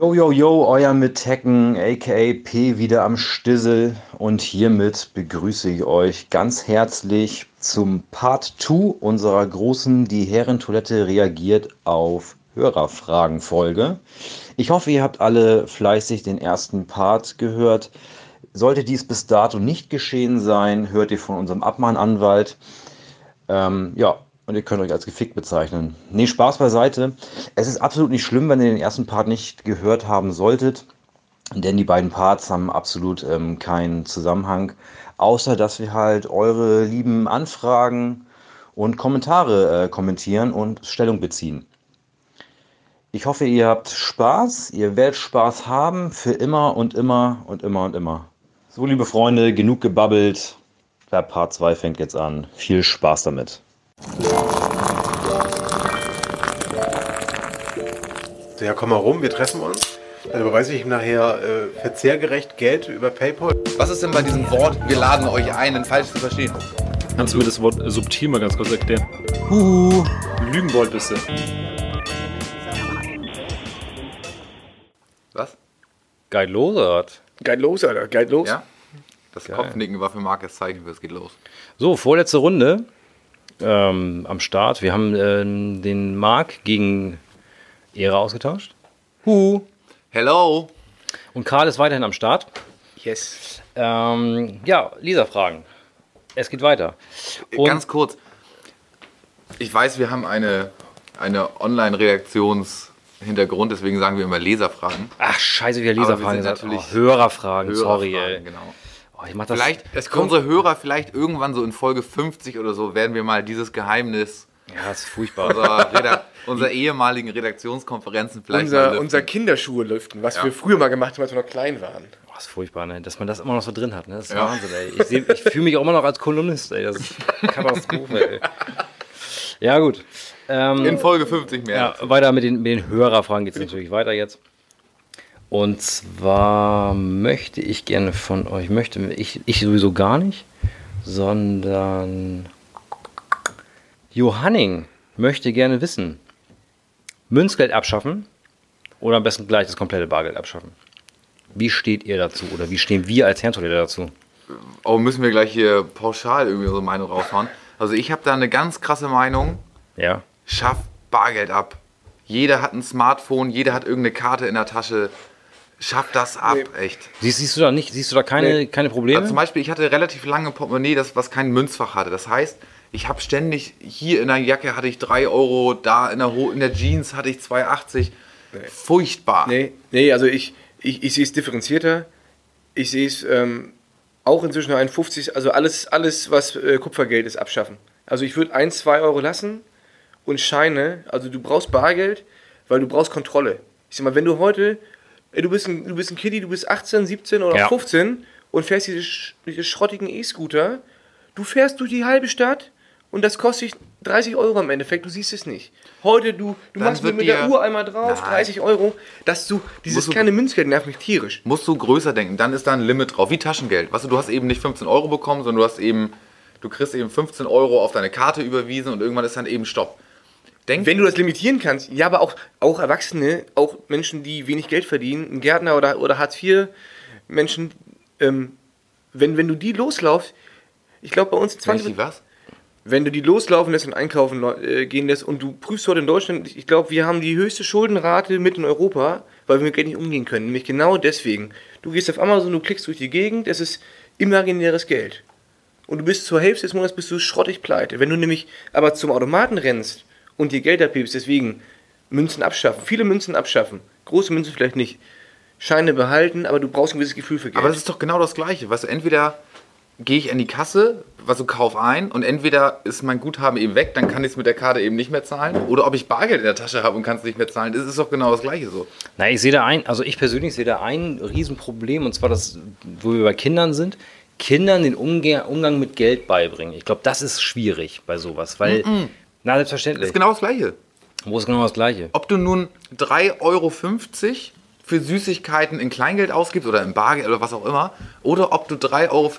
Yo, yo, yo, euer mit Hacken, aka P wieder am Stissel. Und hiermit begrüße ich euch ganz herzlich zum Part 2 unserer großen Die Herrentoilette reagiert auf Hörerfragen-Folge. Ich hoffe, ihr habt alle fleißig den ersten Part gehört. Sollte dies bis dato nicht geschehen sein, hört ihr von unserem Abmahnanwalt. Ähm, ja, und ihr könnt euch als gefickt bezeichnen. Nee, Spaß beiseite. Es ist absolut nicht schlimm, wenn ihr den ersten Part nicht gehört haben solltet, denn die beiden Parts haben absolut ähm, keinen Zusammenhang, außer dass wir halt eure lieben Anfragen und Kommentare äh, kommentieren und Stellung beziehen. Ich hoffe, ihr habt Spaß, ihr werdet Spaß haben für immer und immer und immer und immer. So, liebe Freunde, genug gebabbelt. Der Part 2 fängt jetzt an. Viel Spaß damit. So, ja, komm mal rum, wir treffen uns. Dann überweise ich ihm nachher äh, verzehrgerecht Geld über PayPal. Was ist denn bei diesem Wort, wir laden euch ein, denn falsch zu verstehen? Kannst du mir das Wort äh, subtil mal ganz kurz erklären? Huhu. Lügenbold bist du. Was? Geil losert. Geht los, Alter, geht los. Ja? Das Kopfnicken war für Marc das Zeichen für es geht los. So, vorletzte Runde ähm, am Start. Wir haben ähm, den Mark gegen Ehre ausgetauscht. Hu. Hello! Und Karl ist weiterhin am Start. Yes. Ähm, ja, Lisa-Fragen. Es geht weiter. Und Äh, Ganz kurz. Ich weiß, wir haben eine, eine Online-Redaktions-Hintergrund, deswegen sagen wir immer Leserfragen. Ach, scheiße, wieder Aber wir Leserfragen. sind gesagt. natürlich oh, Hörerfragen, sorry. Hörerfragen, ey. Genau. Oh, ich mach das. Vielleicht, es können unsere Hörer vielleicht irgendwann so in Folge 50 oder so, werden wir mal dieses Geheimnis Ja, das ist furchtbar. unserer, Reda unserer ehemaligen Redaktionskonferenzen vielleicht mal Unser, lüften. unser Kinderschuhe lüften, was Ja. wir früher mal gemacht haben, als wir noch klein waren. Oh, das ist furchtbar, ne? dass man das immer noch so drin hat. Ne? Das ist Ja. Wahnsinn, ey. Ich, seh- ich fühle mich auch immer noch als Kolumnist, ey. Das ist Katastrophe, ey. Ja, gut. Ähm, in Folge 50 mehr. Ja, weiter mit den, mit den Hörerfragen geht es natürlich weiter jetzt. Und zwar möchte ich gerne von euch, möchte ich, ich sowieso gar nicht, sondern Johanning möchte gerne wissen, Münzgeld abschaffen oder am besten gleich das komplette Bargeld abschaffen. Wie steht ihr dazu oder wie stehen wir als Herrentoilette dazu? Oh, müssen wir gleich hier pauschal irgendwie unsere Meinung raushauen. Also ich habe da eine ganz krasse Meinung. Ja. Schaff Bargeld ab. Jeder hat ein Smartphone, jeder hat irgendeine Karte in der Tasche. Schaff das ab, echt. Siehst, siehst du da nicht, siehst du da keine, Nee. keine Also Probleme? zum Beispiel, ich hatte relativ lange ein Portemonnaie, das, was kein Münzfach hatte. Das heißt, ich habe ständig, hier in der Jacke hatte ich 3 Euro, da in der, Ho in der Jeans hatte ich 2,80. Furchtbar. Nee, nee also ich, ich, ich sehe es differenzierter. Ich sehe es ähm, auch inzwischen nur 51, also alles, alles was äh, Kupfergeld ist, abschaffen. Also ich würde 1, 2 Euro lassen und Scheine, also du brauchst Bargeld, weil du brauchst Kontrolle. Ich sag mal, wenn du heute, äh, du bist ein, du bist ein Kiddie, du bist 18, 17 oder Ja. 15 und fährst diese, sch- diese schrottigen E-Scooter, du fährst durch die halbe Stadt und das kostet dich 30 Euro im Endeffekt, du siehst es nicht. Heute, du, du Dann machst wird mit der dir- Uhr einmal drauf, Nein. 30 Euro, dass du dieses Musst du- kleine Münzgeld nervt mich tierisch. musst du größer denken. Dann ist da ein Limit drauf, wie Taschengeld. Weißt du, du hast eben nicht 15 Euro bekommen, sondern du hast eben, du kriegst eben 15 Euro auf deine Karte überwiesen und irgendwann ist dann eben Stopp. Denk, Wenn du das limitieren kannst, ja, aber auch, auch Erwachsene, auch Menschen, die wenig Geld verdienen, ein Gärtner oder, oder Hartz-IV-Menschen, ähm, wenn, wenn du die loslaufst, ich glaube bei uns in wenn ich 20, die was? wenn du die loslaufen lässt und einkaufen äh, gehen lässt und du prüfst heute in Deutschland, ich glaube, wir haben die höchste Schuldenrate mit in Europa, weil wir mit Geld nicht umgehen können. Nämlich genau deswegen. Du gehst auf Amazon, du klickst durch die Gegend, es ist imaginäres Geld. Und du bist zur Hälfte des Monats bist du schrottig pleite. Wenn du nämlich aber zum Automaten rennst und dir Geld abhebst, deswegen Münzen abschaffen, viele Münzen abschaffen, große Münzen vielleicht nicht, Scheine behalten, aber du brauchst ein gewisses Gefühl für Geld. Aber das ist doch genau das Gleiche. Weißt du, entweder gehe ich an die Kasse, also kauf ein und entweder ist mein Guthaben eben weg, dann kann ich es mit der Karte eben nicht mehr zahlen. Oder ob ich Bargeld in der Tasche habe und kann es nicht mehr zahlen, das ist doch genau das Gleiche so. Na, ich sehe da ein, also ich persönlich sehe da ein Riesenproblem und zwar das, wo wir bei Kindern sind, Kindern den Umge Umgang mit Geld beibringen. Ich glaube, das ist schwierig bei sowas, weil, na, Das selbstverständlich, ist genau das Gleiche. wo ist genau das Gleiche? ob du nun 3,50 Euro für Süßigkeiten in Kleingeld ausgibst oder in Bargeld oder was auch immer, oder ob du 3,50 Euro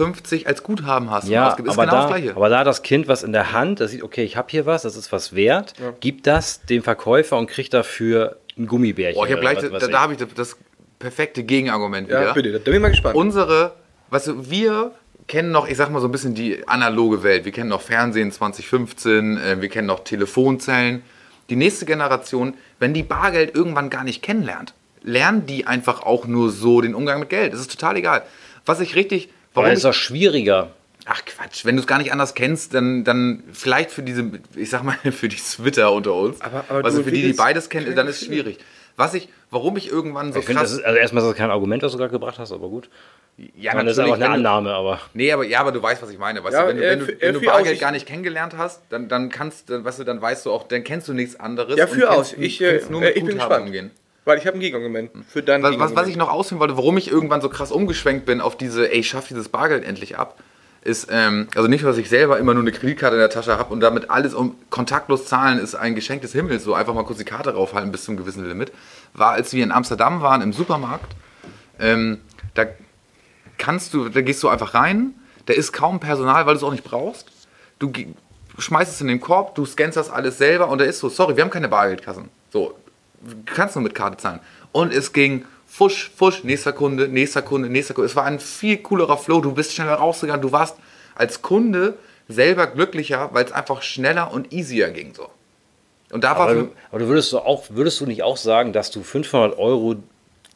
als Guthaben hast. und Ja, ausgibst, aber, genau da, das Gleiche. aber da das Kind was in der Hand, das sieht, okay, ich habe hier was, das ist was wert, gibt das dem Verkäufer und kriegt dafür ein Gummibärchen. Boah, Oh, ich hab oder gleich, was weiß da, ich. da habe ich das, das perfekte Gegenargument Ja, wieder. bitte, da bin ich mal gespannt. Unsere, weißt du, wir kennen noch, ich sag mal so ein bisschen die analoge Welt. Wir kennen noch Fernsehen 2015, äh, wir kennen noch Telefonzellen. Die nächste Generation, wenn die Bargeld irgendwann gar nicht kennenlernt, lernen die einfach auch nur so den Umgang mit Geld. Es ist total egal. Was ich richtig, warum Weil ich es doch schwieriger. Ach Quatsch, wenn du es gar nicht anders kennst, dann, dann vielleicht für diese, ich sag mal, für die Switter unter uns. Aber- aber also du für die, die redest- beides kennen, dann ist es schwierig. Was ich, warum ich irgendwann so Ich finde, das krass. ist, also erstmal ist das kein Argument, was du gerade gebracht hast, aber gut. ja, Dann ist es natürlich, einfach eine wenn du- Annahme, aber Nee, aber ja, aber du weißt, was ich meine. Weißt Ja, du, wenn, du- er wenn, fü- du, er wenn du führt aus, Bargeld ich- gar nicht kennengelernt hast, dann, dann kannst dann, weißt du, dann weißt du auch, dann kennst du nichts anderes. Ja, und für kannst- aus. Ich, äh, kannst nur mit äh, ich bin Guthaben gespannt. umgehen. Weil ich habe ein Gegenargument für dein Was, was, was ich Gegenargument. noch ausführen wollte, warum ich irgendwann so krass umgeschwenkt bin auf diese, ey, ich schaff dieses Bargeld endlich ab, ist, ähm, also nicht, dass ich selber immer nur eine Kreditkarte in der Tasche habe und damit alles um kontaktlos zahlen ist ein Geschenk des Himmels, so einfach mal kurz die Karte raufhalten bis zum gewissen Limit, war, als wir in Amsterdam waren im Supermarkt, ähm, da kannst du, da gehst du einfach rein, da ist kaum Personal, weil du es auch nicht brauchst, du ge- schmeißt es in den Korb, du scannst das alles selber und da ist so, sorry, wir haben keine Bargeldkassen. So, du kannst nur mit Karte zahlen. Und es ging fusch, fusch, nächster Kunde, nächster Kunde, nächster Kunde. Es war ein viel coolerer Flow, du bist schneller rausgegangen, du warst als Kunde selber glücklicher, weil es einfach schneller und easier ging so. Und da war aber, für, du- aber du würdest, du auch, würdest du nicht auch sagen, dass du 500 Euro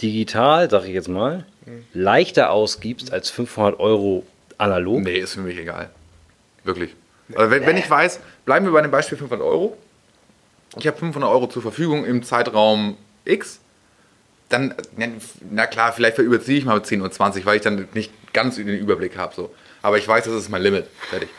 digital, sag ich jetzt mal, leichter ausgibst als 500 Euro Oh. analog? Nee, ist für mich egal. Wirklich. Also wenn, wenn ich weiß, bleiben wir bei dem Beispiel 500 Euro. Ich habe 500 Euro zur Verfügung im Zeitraum X. Dann, na- na klar, vielleicht überziehe ich mal mit 10 und 20, weil ich dann nicht ganz den Überblick habe. So. Aber ich weiß, das ist mein Limit. Fertig.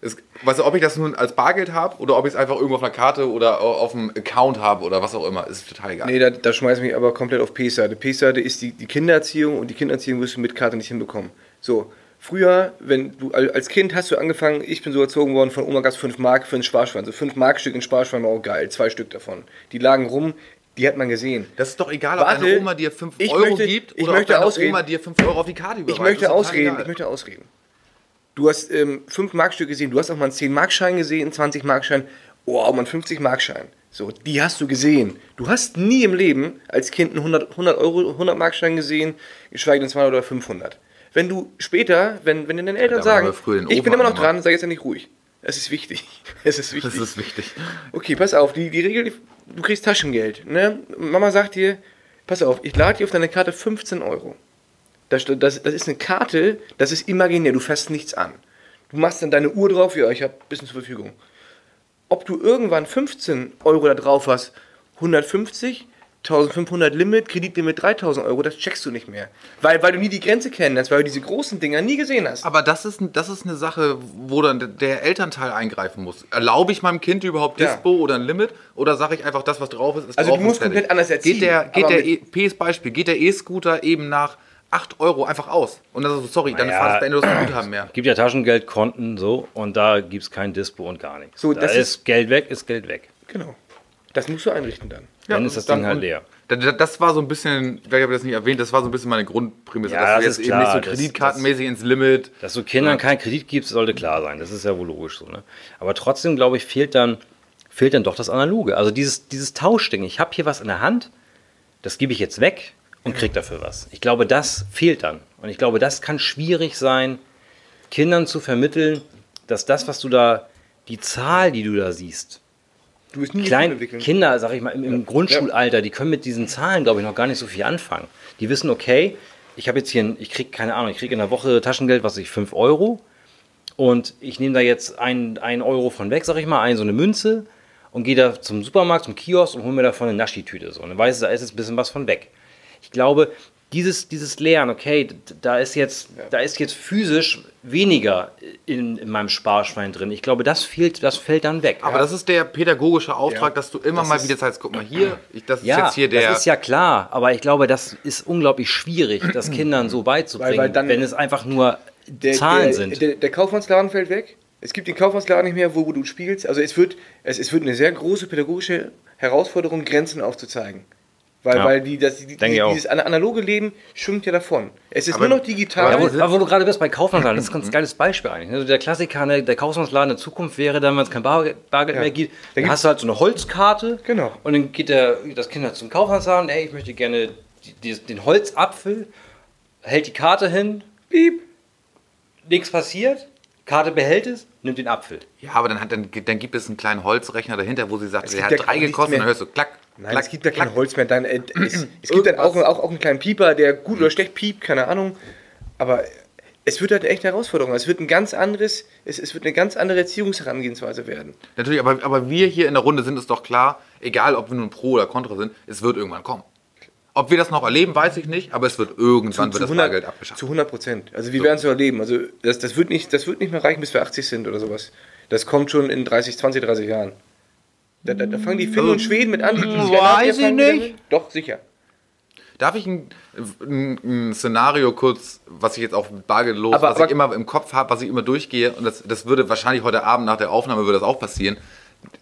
Es, weißt du, ob ich das nun als Bargeld habe oder ob ich es einfach irgendwo auf einer Karte oder au- auf einem Account habe oder was auch immer, ist total egal. Nee, da, da schmeiß mich aber komplett auf P-Seite. P-Seite ist die, die Kindererziehung und die Kindererziehung wirst du mit Karte nicht hinbekommen. So, früher, wenn du als Kind hast du angefangen, ich bin so erzogen worden von Oma Gas 5 Mark für ein Sparschwein. So 5 Mark Stück in Sparschwein war auch geil, zwei Stück davon. Die lagen rum, die hat man gesehen. Das ist doch egal, Warte, ob deine Oma dir 5 ich Euro möchte- gibt ich oder möchte ob deine ausreden. Oma dir 5 Euro auf die Karte überweist. Ich Das möchte ist total ausreden, egal. ich möchte ausreden. Du hast ähm, 5 Markstück gesehen, du hast auch mal einen 10-Markschein gesehen, einen 20-Markschein, oh, auch mal einen 50-Markschein. So, die hast du gesehen. Du hast nie im Leben als Kind einen 100, 100 Euro, 100-Markschein gesehen, geschweige denn 200 oder 500. Wenn du später, wenn, wenn dir deine Eltern da haben sagen, wir früher den ich bin Ofen immer noch dran, angemacht. sei jetzt endlich ruhig. Es ist wichtig. Es ist wichtig. Das ist wichtig. Okay, pass auf, die, die Regel, die, du kriegst Taschengeld. Ne? Mama sagt dir, pass auf, ich lade dir auf deine Karte 15 Euro. Das, das, das ist eine Karte, das ist imaginär, du fährst nichts an. Du machst dann deine Uhr drauf, ja, ich habe ein bisschen zur Verfügung. Ob du irgendwann 15 Euro da drauf hast, 150, 1500 Limit, Kreditlimit 3000 Euro, das checkst du nicht mehr. Weil, weil du nie die Grenze kennst, weil du diese großen Dinger nie gesehen hast. Aber das ist, das ist eine Sache, wo dann der Elternteil eingreifen muss. Erlaube ich meinem Kind überhaupt Ja. Dispo oder ein Limit? Oder sage ich einfach, das, was drauf ist, ist Also drauf du musst und fertig. komplett anders erziehen, Geht der, geht aber der mit- e PS Beispiel, geht der E-Scooter eben nach 8 Euro einfach aus. Und dann sagst du, sorry, dann Naja. fahrt beende das Guthaben mehr. Gibt ja Taschengeldkonten so und da gibt es kein Dispo und gar nichts. So, da das ist, ist- Geld weg, ist Geld weg. Genau. Das musst du einrichten dann. Dann ist das Ding halt leer. Da- da- Das war so ein bisschen, ich habe das nicht erwähnt, das war so ein bisschen meine Grundprämisse, Ja, dass du das jetzt ist eben nicht so klar, das- kreditkartenmäßig ins Limit. Dass du Kindern keinen Kredit gibst, sollte klar sein. Das ist ja wohl logisch so. Ne? Aber trotzdem, glaube ich, fehlt dann, fehlt dann doch das Analoge. Also dieses, dieses Tauschding. Ich habe hier was in der Hand, das gebe ich jetzt weg und krieg dafür was. Ich glaube, das fehlt dann. Und ich glaube, das kann schwierig sein, Kindern zu vermitteln, dass das, was du da, die Zahl, die du da siehst, Du bist nie Klein, entwickeln. Kinder, sag ich mal, im, im Grundschulalter, die können mit diesen Zahlen, glaube ich, noch gar nicht so viel anfangen. Die wissen, okay, ich habe jetzt hier, ein, ich kriege, keine Ahnung, ich kriege in der Woche Taschengeld, was weiß ich, 5 Euro und ich nehme da jetzt einen, einen Euro von weg, sag ich mal, eine so eine Münze und gehe da zum Supermarkt, zum Kiosk und hole mir davon eine Naschi-Tüte. So. Und dann weiß ich, da ist jetzt ein bisschen was von weg. Ich glaube, dieses, dieses Lernen, okay, d- da ist, jetzt, da ist jetzt physisch weniger in, in meinem Sparschwein drin. Ich glaube, das, fehlt, das fällt dann weg. Aber das ist der pädagogische Auftrag, Ja. dass du immer Das mal ist- wieder sagst, guck mal hier, ich, das ist Ja, jetzt hier der... das ist ja klar, aber ich glaube, das ist unglaublich schwierig, das Kindern so beizubringen, Weil- weil dann- wenn es einfach nur Zahlen der, sind. Der, der Kaufmannsladen fällt weg. Es gibt den Kaufmannsladen nicht mehr, wo du spielst. Also es wird, es, es wird eine sehr große pädagogische Herausforderung, Grenzen aufzuzeigen. Weil, Ja. weil die, das, die, Denke ich die, auch. dieses ana- analoge Leben schwimmt ja davon. Es ist nur noch digital. Aber, wo- aber wo du gerade bist bei Kaufmannsladen, das ist ein ganz geiles Beispiel eigentlich. ne? Also der Klassiker, ne, der Kaufmannsladen in Zukunft wäre dann, wenn es kein Bar Bargeld mehr gibt, dann gibt's- hast du halt so eine Holzkarte. Genau. Und dann geht der, das Kind halt zum Kaufmannsladen, ey, ich möchte gerne die, die, den Holzapfel, hält die Karte hin, piep, nichts passiert, Karte behält es, nimmt den Apfel. Ja, aber dann, hat, dann, dann gibt es einen kleinen Holzrechner dahinter, wo sie sagt, sie gibt hat ja drei nichts gekostet mehr. und dann hörst du klack, Nein, klack, es gibt ja klack. kein Holz mehr. Dann, äh, es, es gibt dann auch, auch, auch einen kleinen Pieper, der gut oder schlecht piept, keine Ahnung. Aber es wird halt echt eine Herausforderung. Es wird ein ganz anderes, es, es wird eine ganz andere Erziehungsherangehensweise werden. Natürlich, aber, aber wir hier in der Runde sind es doch klar, egal ob wir nun pro oder contra sind, es wird irgendwann kommen. Ob wir das noch erleben, weiß ich nicht, aber es wird irgendwann wird das Bargeld abgeschafft. zu 100 Prozent. Also wir werden es überleben. Also das, das, wird nicht, das wird nicht mehr reichen, bis wir 80 sind oder sowas. Das kommt schon in 30, 20, 30 Jahren. Da, da, da fangen die Finnen und Schweden mit an. Die Skandinavier Hm, weiß ich fangen wieder mit- nicht. Doch, sicher. Darf ich ein, ein, ein Szenario kurz, was ich jetzt auch bargeldlos, Aber- was aber- ich immer im Kopf habe, was ich immer durchgehe, und das, das würde wahrscheinlich heute Abend nach der Aufnahme würde das auch passieren.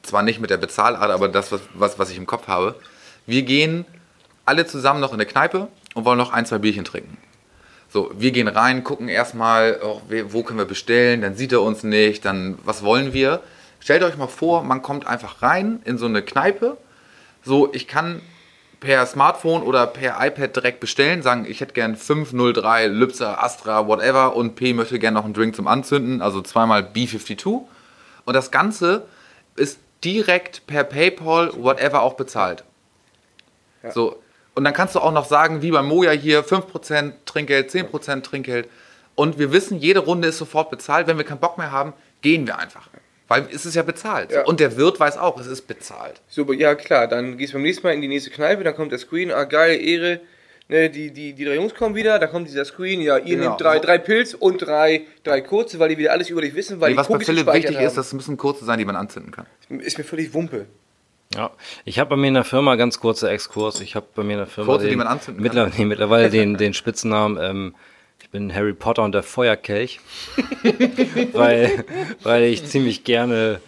Zwar nicht mit der Bezahlart, aber das, was, was, was ich im Kopf habe. Wir gehen alle zusammen noch in der Kneipe und wollen noch ein, zwei Bierchen trinken. So, wir gehen rein, gucken erstmal, oh, we- wo können wir bestellen, dann sieht er uns nicht, dann was wollen wir. Stellt euch mal vor, man kommt einfach rein in so eine Kneipe. So, ich kann per Smartphone oder per iPad direkt bestellen, sagen, ich hätte gern 503 Lübzer, Astra, whatever und P möchte gern noch einen Drink zum Anzünden, also zweimal B52. Und das Ganze ist direkt per PayPal, whatever auch bezahlt. So. Und dann kannst du auch noch sagen, wie beim Moja hier, 5% Trinkgeld, 10% Trinkgeld. Und wir wissen, jede Runde ist sofort bezahlt. Wenn wir keinen Bock mehr haben, gehen wir einfach. Weil es ist ja bezahlt. Ja. Und der Wirt weiß auch, es ist bezahlt. So, aber ja klar, dann gehst du beim nächsten Mal in die nächste Kneipe, dann kommt der Screen, ah geil, Ehre, ne, die, die, die drei Jungs kommen wieder, da kommt dieser Screen, ja, ihr Genau. nehmt drei, drei Pilz und drei, drei kurze, weil die wieder alles über dich wissen, weil Nee, die was bei Cookies Philipp gespeichert wichtig haben. ist, das müssen kurze sein, die man anzünden kann. Ist mir völlig Wumpe. Ja, ich habe bei mir in der Firma ganz kurzer Exkurs. Ich habe bei mir in der Firma Kurze, die den, man anzünden kann. mittlerweile, nee, mittlerweile den, den Spitznamen. Ähm, ich bin Harry Potter und der Feuerkelch, weil, weil ich ziemlich gerne,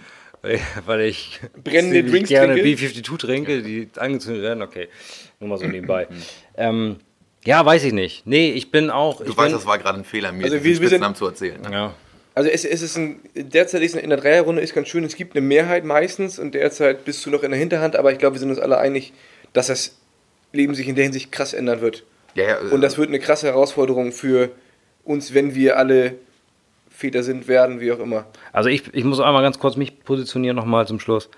weil ich Brennende ziemlich Drinks gerne trinke? B52 trinke, die angezündet werden. Okay, nur mal so nebenbei. ähm, ja, weiß ich nicht. Nee, ich bin auch. Du ich weißt, bin, das war gerade ein Fehler, mir Also also wir- wir diesen sind- Spitznamen zu erzählen. ne? Ja. Also es, es ist ein, derzeit ist in der Dreierrunde ist ganz schön, es gibt eine Mehrheit meistens und derzeit bist du noch in der Hinterhand, aber ich glaube, wir sind uns alle einig, dass das Leben sich in der Hinsicht krass ändern wird. Ja, ja, äh, Und das wird eine krasse Herausforderung für uns, wenn wir alle Väter sind, werden, wie auch immer. Also ich, ich muss einmal ganz kurz mich positionieren nochmal zum Schluss.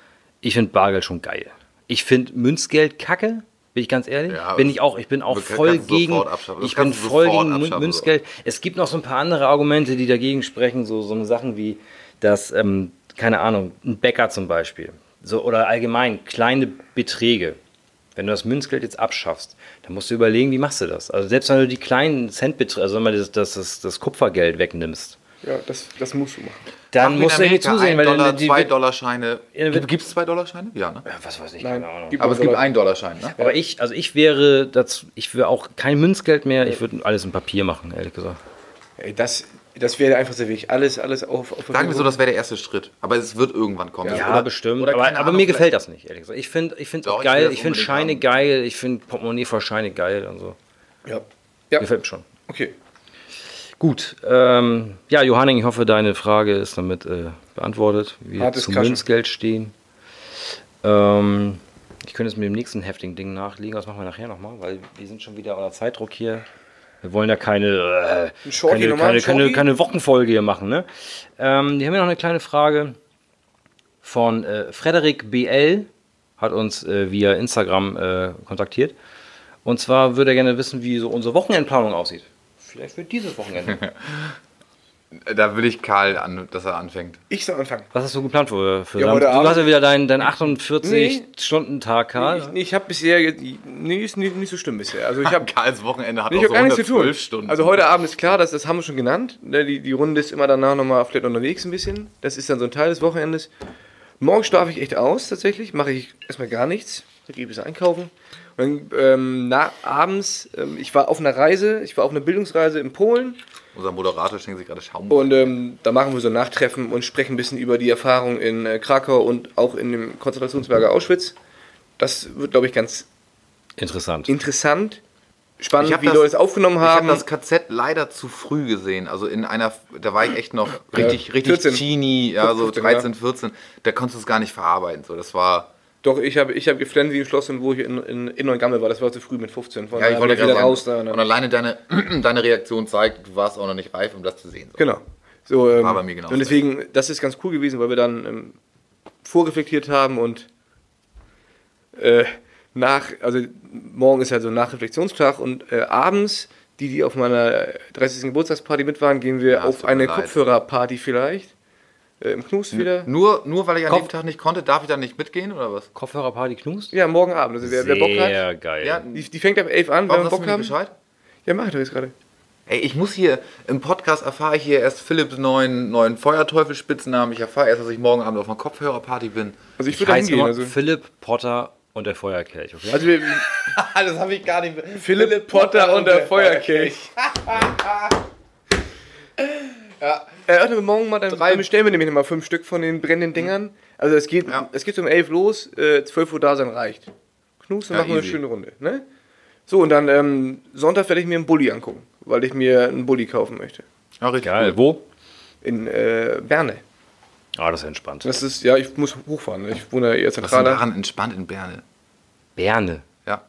Ich finde Bargeld schon geil. Ich finde Münzgeld kacke, bin ich ganz ehrlich. Ja, bin das- ich auch, ich bin auch das voll kannst du gegen. sofort abschaffen. Das Ich bin kannst du voll sofort gegen Mün- abschaffen, Münzgeld. Es gibt noch so ein paar andere Argumente, die dagegen sprechen, so, so eine Sachen wie, dass, ähm, keine Ahnung, ein Bäcker zum Beispiel. So, oder allgemein kleine Beträge. Wenn du das Münzgeld jetzt abschaffst, dann musst du überlegen, wie machst du das? Also selbst wenn du die kleinen Centbeträge, also wenn du das, das, das, das Kupfergeld wegnimmst, Ja, das, das musst du machen. dann Ach, in musst du irgendwie Amerika zusehen, ein weil Dollar, dann die, zwei Dollar Scheine. Ja, wenn- Gibt es zwei Dollar Scheine? Ja, ne? was weiß ich, Nein, keine Ahnung. gibt Aber es gibt Dollar. einen Dollar Schein, ne? Aber ich, also ich wäre, dazu, ich wäre auch kein Münzgeld mehr, ich würde alles in Papier machen, ehrlich gesagt. Ey, das, das wäre der einfachste Weg. Alles, alles auf. auf Sagen wir so, das wäre der erste Schritt. Aber es wird irgendwann kommen. Ja, Oder- bestimmt. oder aber keine aber Ahnung, mir vielleicht- gefällt das nicht, ehrlich gesagt. Ich finde ich find's Doch, auch ich will geil, das ich finde unbedingt Scheine haben. geil, ich finde Portemonnaie voll Scheine geil und so. Ja. ja. Gefällt mir schon. Okay. Gut, ähm, ja, Johanning, ich hoffe, deine Frage ist damit äh, beantwortet, wie wir Hartes zum Kaschen. Münzgeld stehen. Ähm, ich könnte es mit dem nächsten heftigen Ding nachlegen, das machen wir nachher nochmal, weil wir sind schon wieder unter Zeitdruck hier. Wir wollen ja keine, äh, Ein Shorty keine, nochmal, ein keine, keine, Shorty? keine Wochenfolge hier machen. Ne? Ähm, wir haben ja noch eine kleine Frage von äh, Frederik BL, hat uns äh, via Instagram äh, kontaktiert. Und zwar würde er gerne wissen, wie so unsere Wochenendplanung aussieht. Vielleicht wird dieses Wochenende. Da will ich Karl, an, dass er anfängt. Ich soll anfangen. Was hast du geplant für, für Ja, Samstag? heute Du Abend- hast ja wieder deinen dein 48-Stunden-Tag, Ah, Karl. Ich, ich habe bisher. ge- Nee, ist nicht, nicht so schlimm bisher. Also ich habe. Karls Wochenende hat Ich auch habe so gar nichts zu tun. 112 Stunden. Also heute Abend ist klar, das, das haben wir schon genannt. Ne, Die, die Runde ist immer danach nochmal vielleicht unterwegs ein bisschen. Das ist dann so ein Teil des Wochenendes. Morgen schlafe ich echt aus tatsächlich, mache ich erstmal gar nichts. Da gehe ich ein bisschen einkaufen. Und dann ähm, nach, abends, ähm, ich war auf einer Reise, ich war auf einer Bildungsreise in Polen. Unser Moderator schenkt sich gerade Schaum. Und ähm, da machen wir so ein Nachtreffen und sprechen ein bisschen über die Erfahrung in äh, Krakau und auch in dem Konzentrationslager Auschwitz. Das wird, glaube ich, ganz Interessant. Interessant, Ich spannend, hab wie das- Leute es aufgenommen Ich habe haben. das KZ leider zu früh gesehen. Also in einer, da war ich echt noch richtig, richtig 14. teeny, ja, so 15, 13, 14. Da konntest du es gar nicht verarbeiten. So, das war. Doch, ich habe ich hab geflennt wie im Schloss, wo ich in, in, in Neugamme war. Das war zu früh mit 15. Von Ja, ich daher wollte bin gerade wieder sagen, raus. Da, Und ne? alleine deine, deine Reaktion zeigt, du warst auch noch nicht reif, um das zu sehen. So. Genau. So, ähm, War bei mir genauso. Und deswegen, das ist ganz cool gewesen, weil wir dann ähm, vorreflektiert haben und äh, nach, also morgen ist ja so ein Nachreflektionstag und äh, abends, die, die auf meiner 30. Geburtstagsparty mit waren, gehen wir Ja, es auf tut mir eine leid. Kopfhörerparty vielleicht. Äh, Im Knus wieder. Nur, nur weil ich an Kopf- dem Tag nicht konnte, darf ich da nicht mitgehen oder was? Kopfhörerparty knust? Ja, morgen Abend. Also wer, wer Bock hat, Sehr geil. Ja, die, die fängt ab 11 an, wenn warum wir hast du Bock mir haben. nicht Bescheid? Ja, mach ich doch jetzt gerade. Ey, ich muss hier, im Podcast erfahre ich hier erst Philipps neuen, neuen Feuerteufel-Spitznamen. Ich erfahre erst, dass ich morgen Abend auf einer Kopfhörerparty bin. Also ich Ich würde da heiße hingehen. immer Also, Philipp Potter und der Feuerkelch. Okay? also wir, das habe ich gar nicht. Philipp Potter und der Feuerkelch. Eröffnen wir morgen mal, dann, dann bestellen wir nämlich nochmal fünf Stück von den brennenden Dingern. Also es geht, Ja. es geht um 11 los, äh, 12 Uhr da sein reicht. Knus, dann Ja, machen wir eine easy. schöne Runde. Ne? So, und dann ähm, Sonntag werde ich mir einen Bulli angucken, weil ich mir einen Bulli kaufen möchte. Ja, richtig. geil. Wo? In äh, Berne. Ah, das ist entspannt. Das ist, ja, ich muss hochfahren. ne? Ich wohne ja eher Was ist denn zentraler. daran entspannt in Berne? Berne. Ja.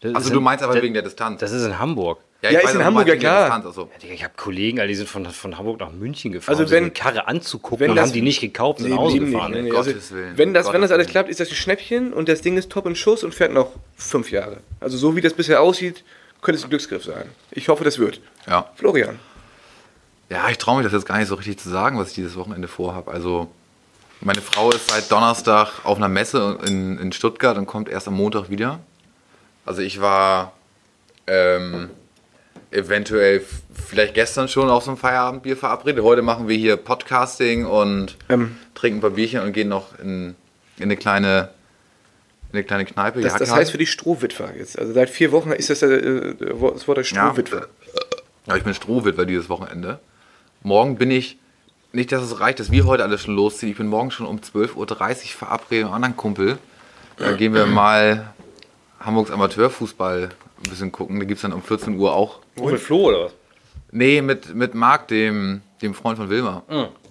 Das ist Also du in- meinst aber das- wegen der Distanz. Das ist in Hamburg. Ja, ist weiß, in aber du Hamburg, meinst ja wegen der klar. Distanz, also. ach so. Digga, Ich habe Kollegen, alle, die sind von, von Hamburg nach München gefahren. Also Also wenn, wenn- eine Karre anzugucken wenn und das- haben die nicht gekauft, sind Nee, nach Hause blieben gefahren. um ey. nicht. Nee, ey. nee, also, Gottes Willen, Wenn das, Gottes wenn das alles Willen. klappt, ist das ein Schnäppchen und das Ding ist top in Schuss und fährt noch fünf Jahre. Also so wie das bisher aussieht, könnte es ein Glücksgriff sein. Ich hoffe, das wird. Ja. Florian. Ja, ich traue mich das jetzt gar nicht so richtig zu sagen, was ich dieses Wochenende vorhabe. Also, meine Frau ist seit Donnerstag auf einer Messe in, in Stuttgart und kommt erst am Montag wieder. Also, ich war ähm, eventuell f- vielleicht gestern schon auf so ein Feierabendbier verabredet. Heute machen wir hier Podcasting und Ähm. trinken ein paar Bierchen und gehen noch in, in eine kleine. in Eine kleine Kneipe. Das, das Jagdhalle. heißt für dich Strohwitwer jetzt. Also seit vier Wochen ist das äh, das Wort Ja. der Strohwitwer. Ja, ich bin Strohwitwer dieses Wochenende. Morgen bin ich, nicht, dass es reicht, dass wir heute alle schon losziehen. Ich bin morgen schon um 12.30 Uhr verabredet mit einem anderen Kumpel. Da gehen wir mal Hamburgs Amateurfußball ein bisschen gucken. Da gibt es dann um 14 Uhr auch. Oh, mit Flo oder was? Nee, mit, mit Marc, dem, dem Freund von Wilma.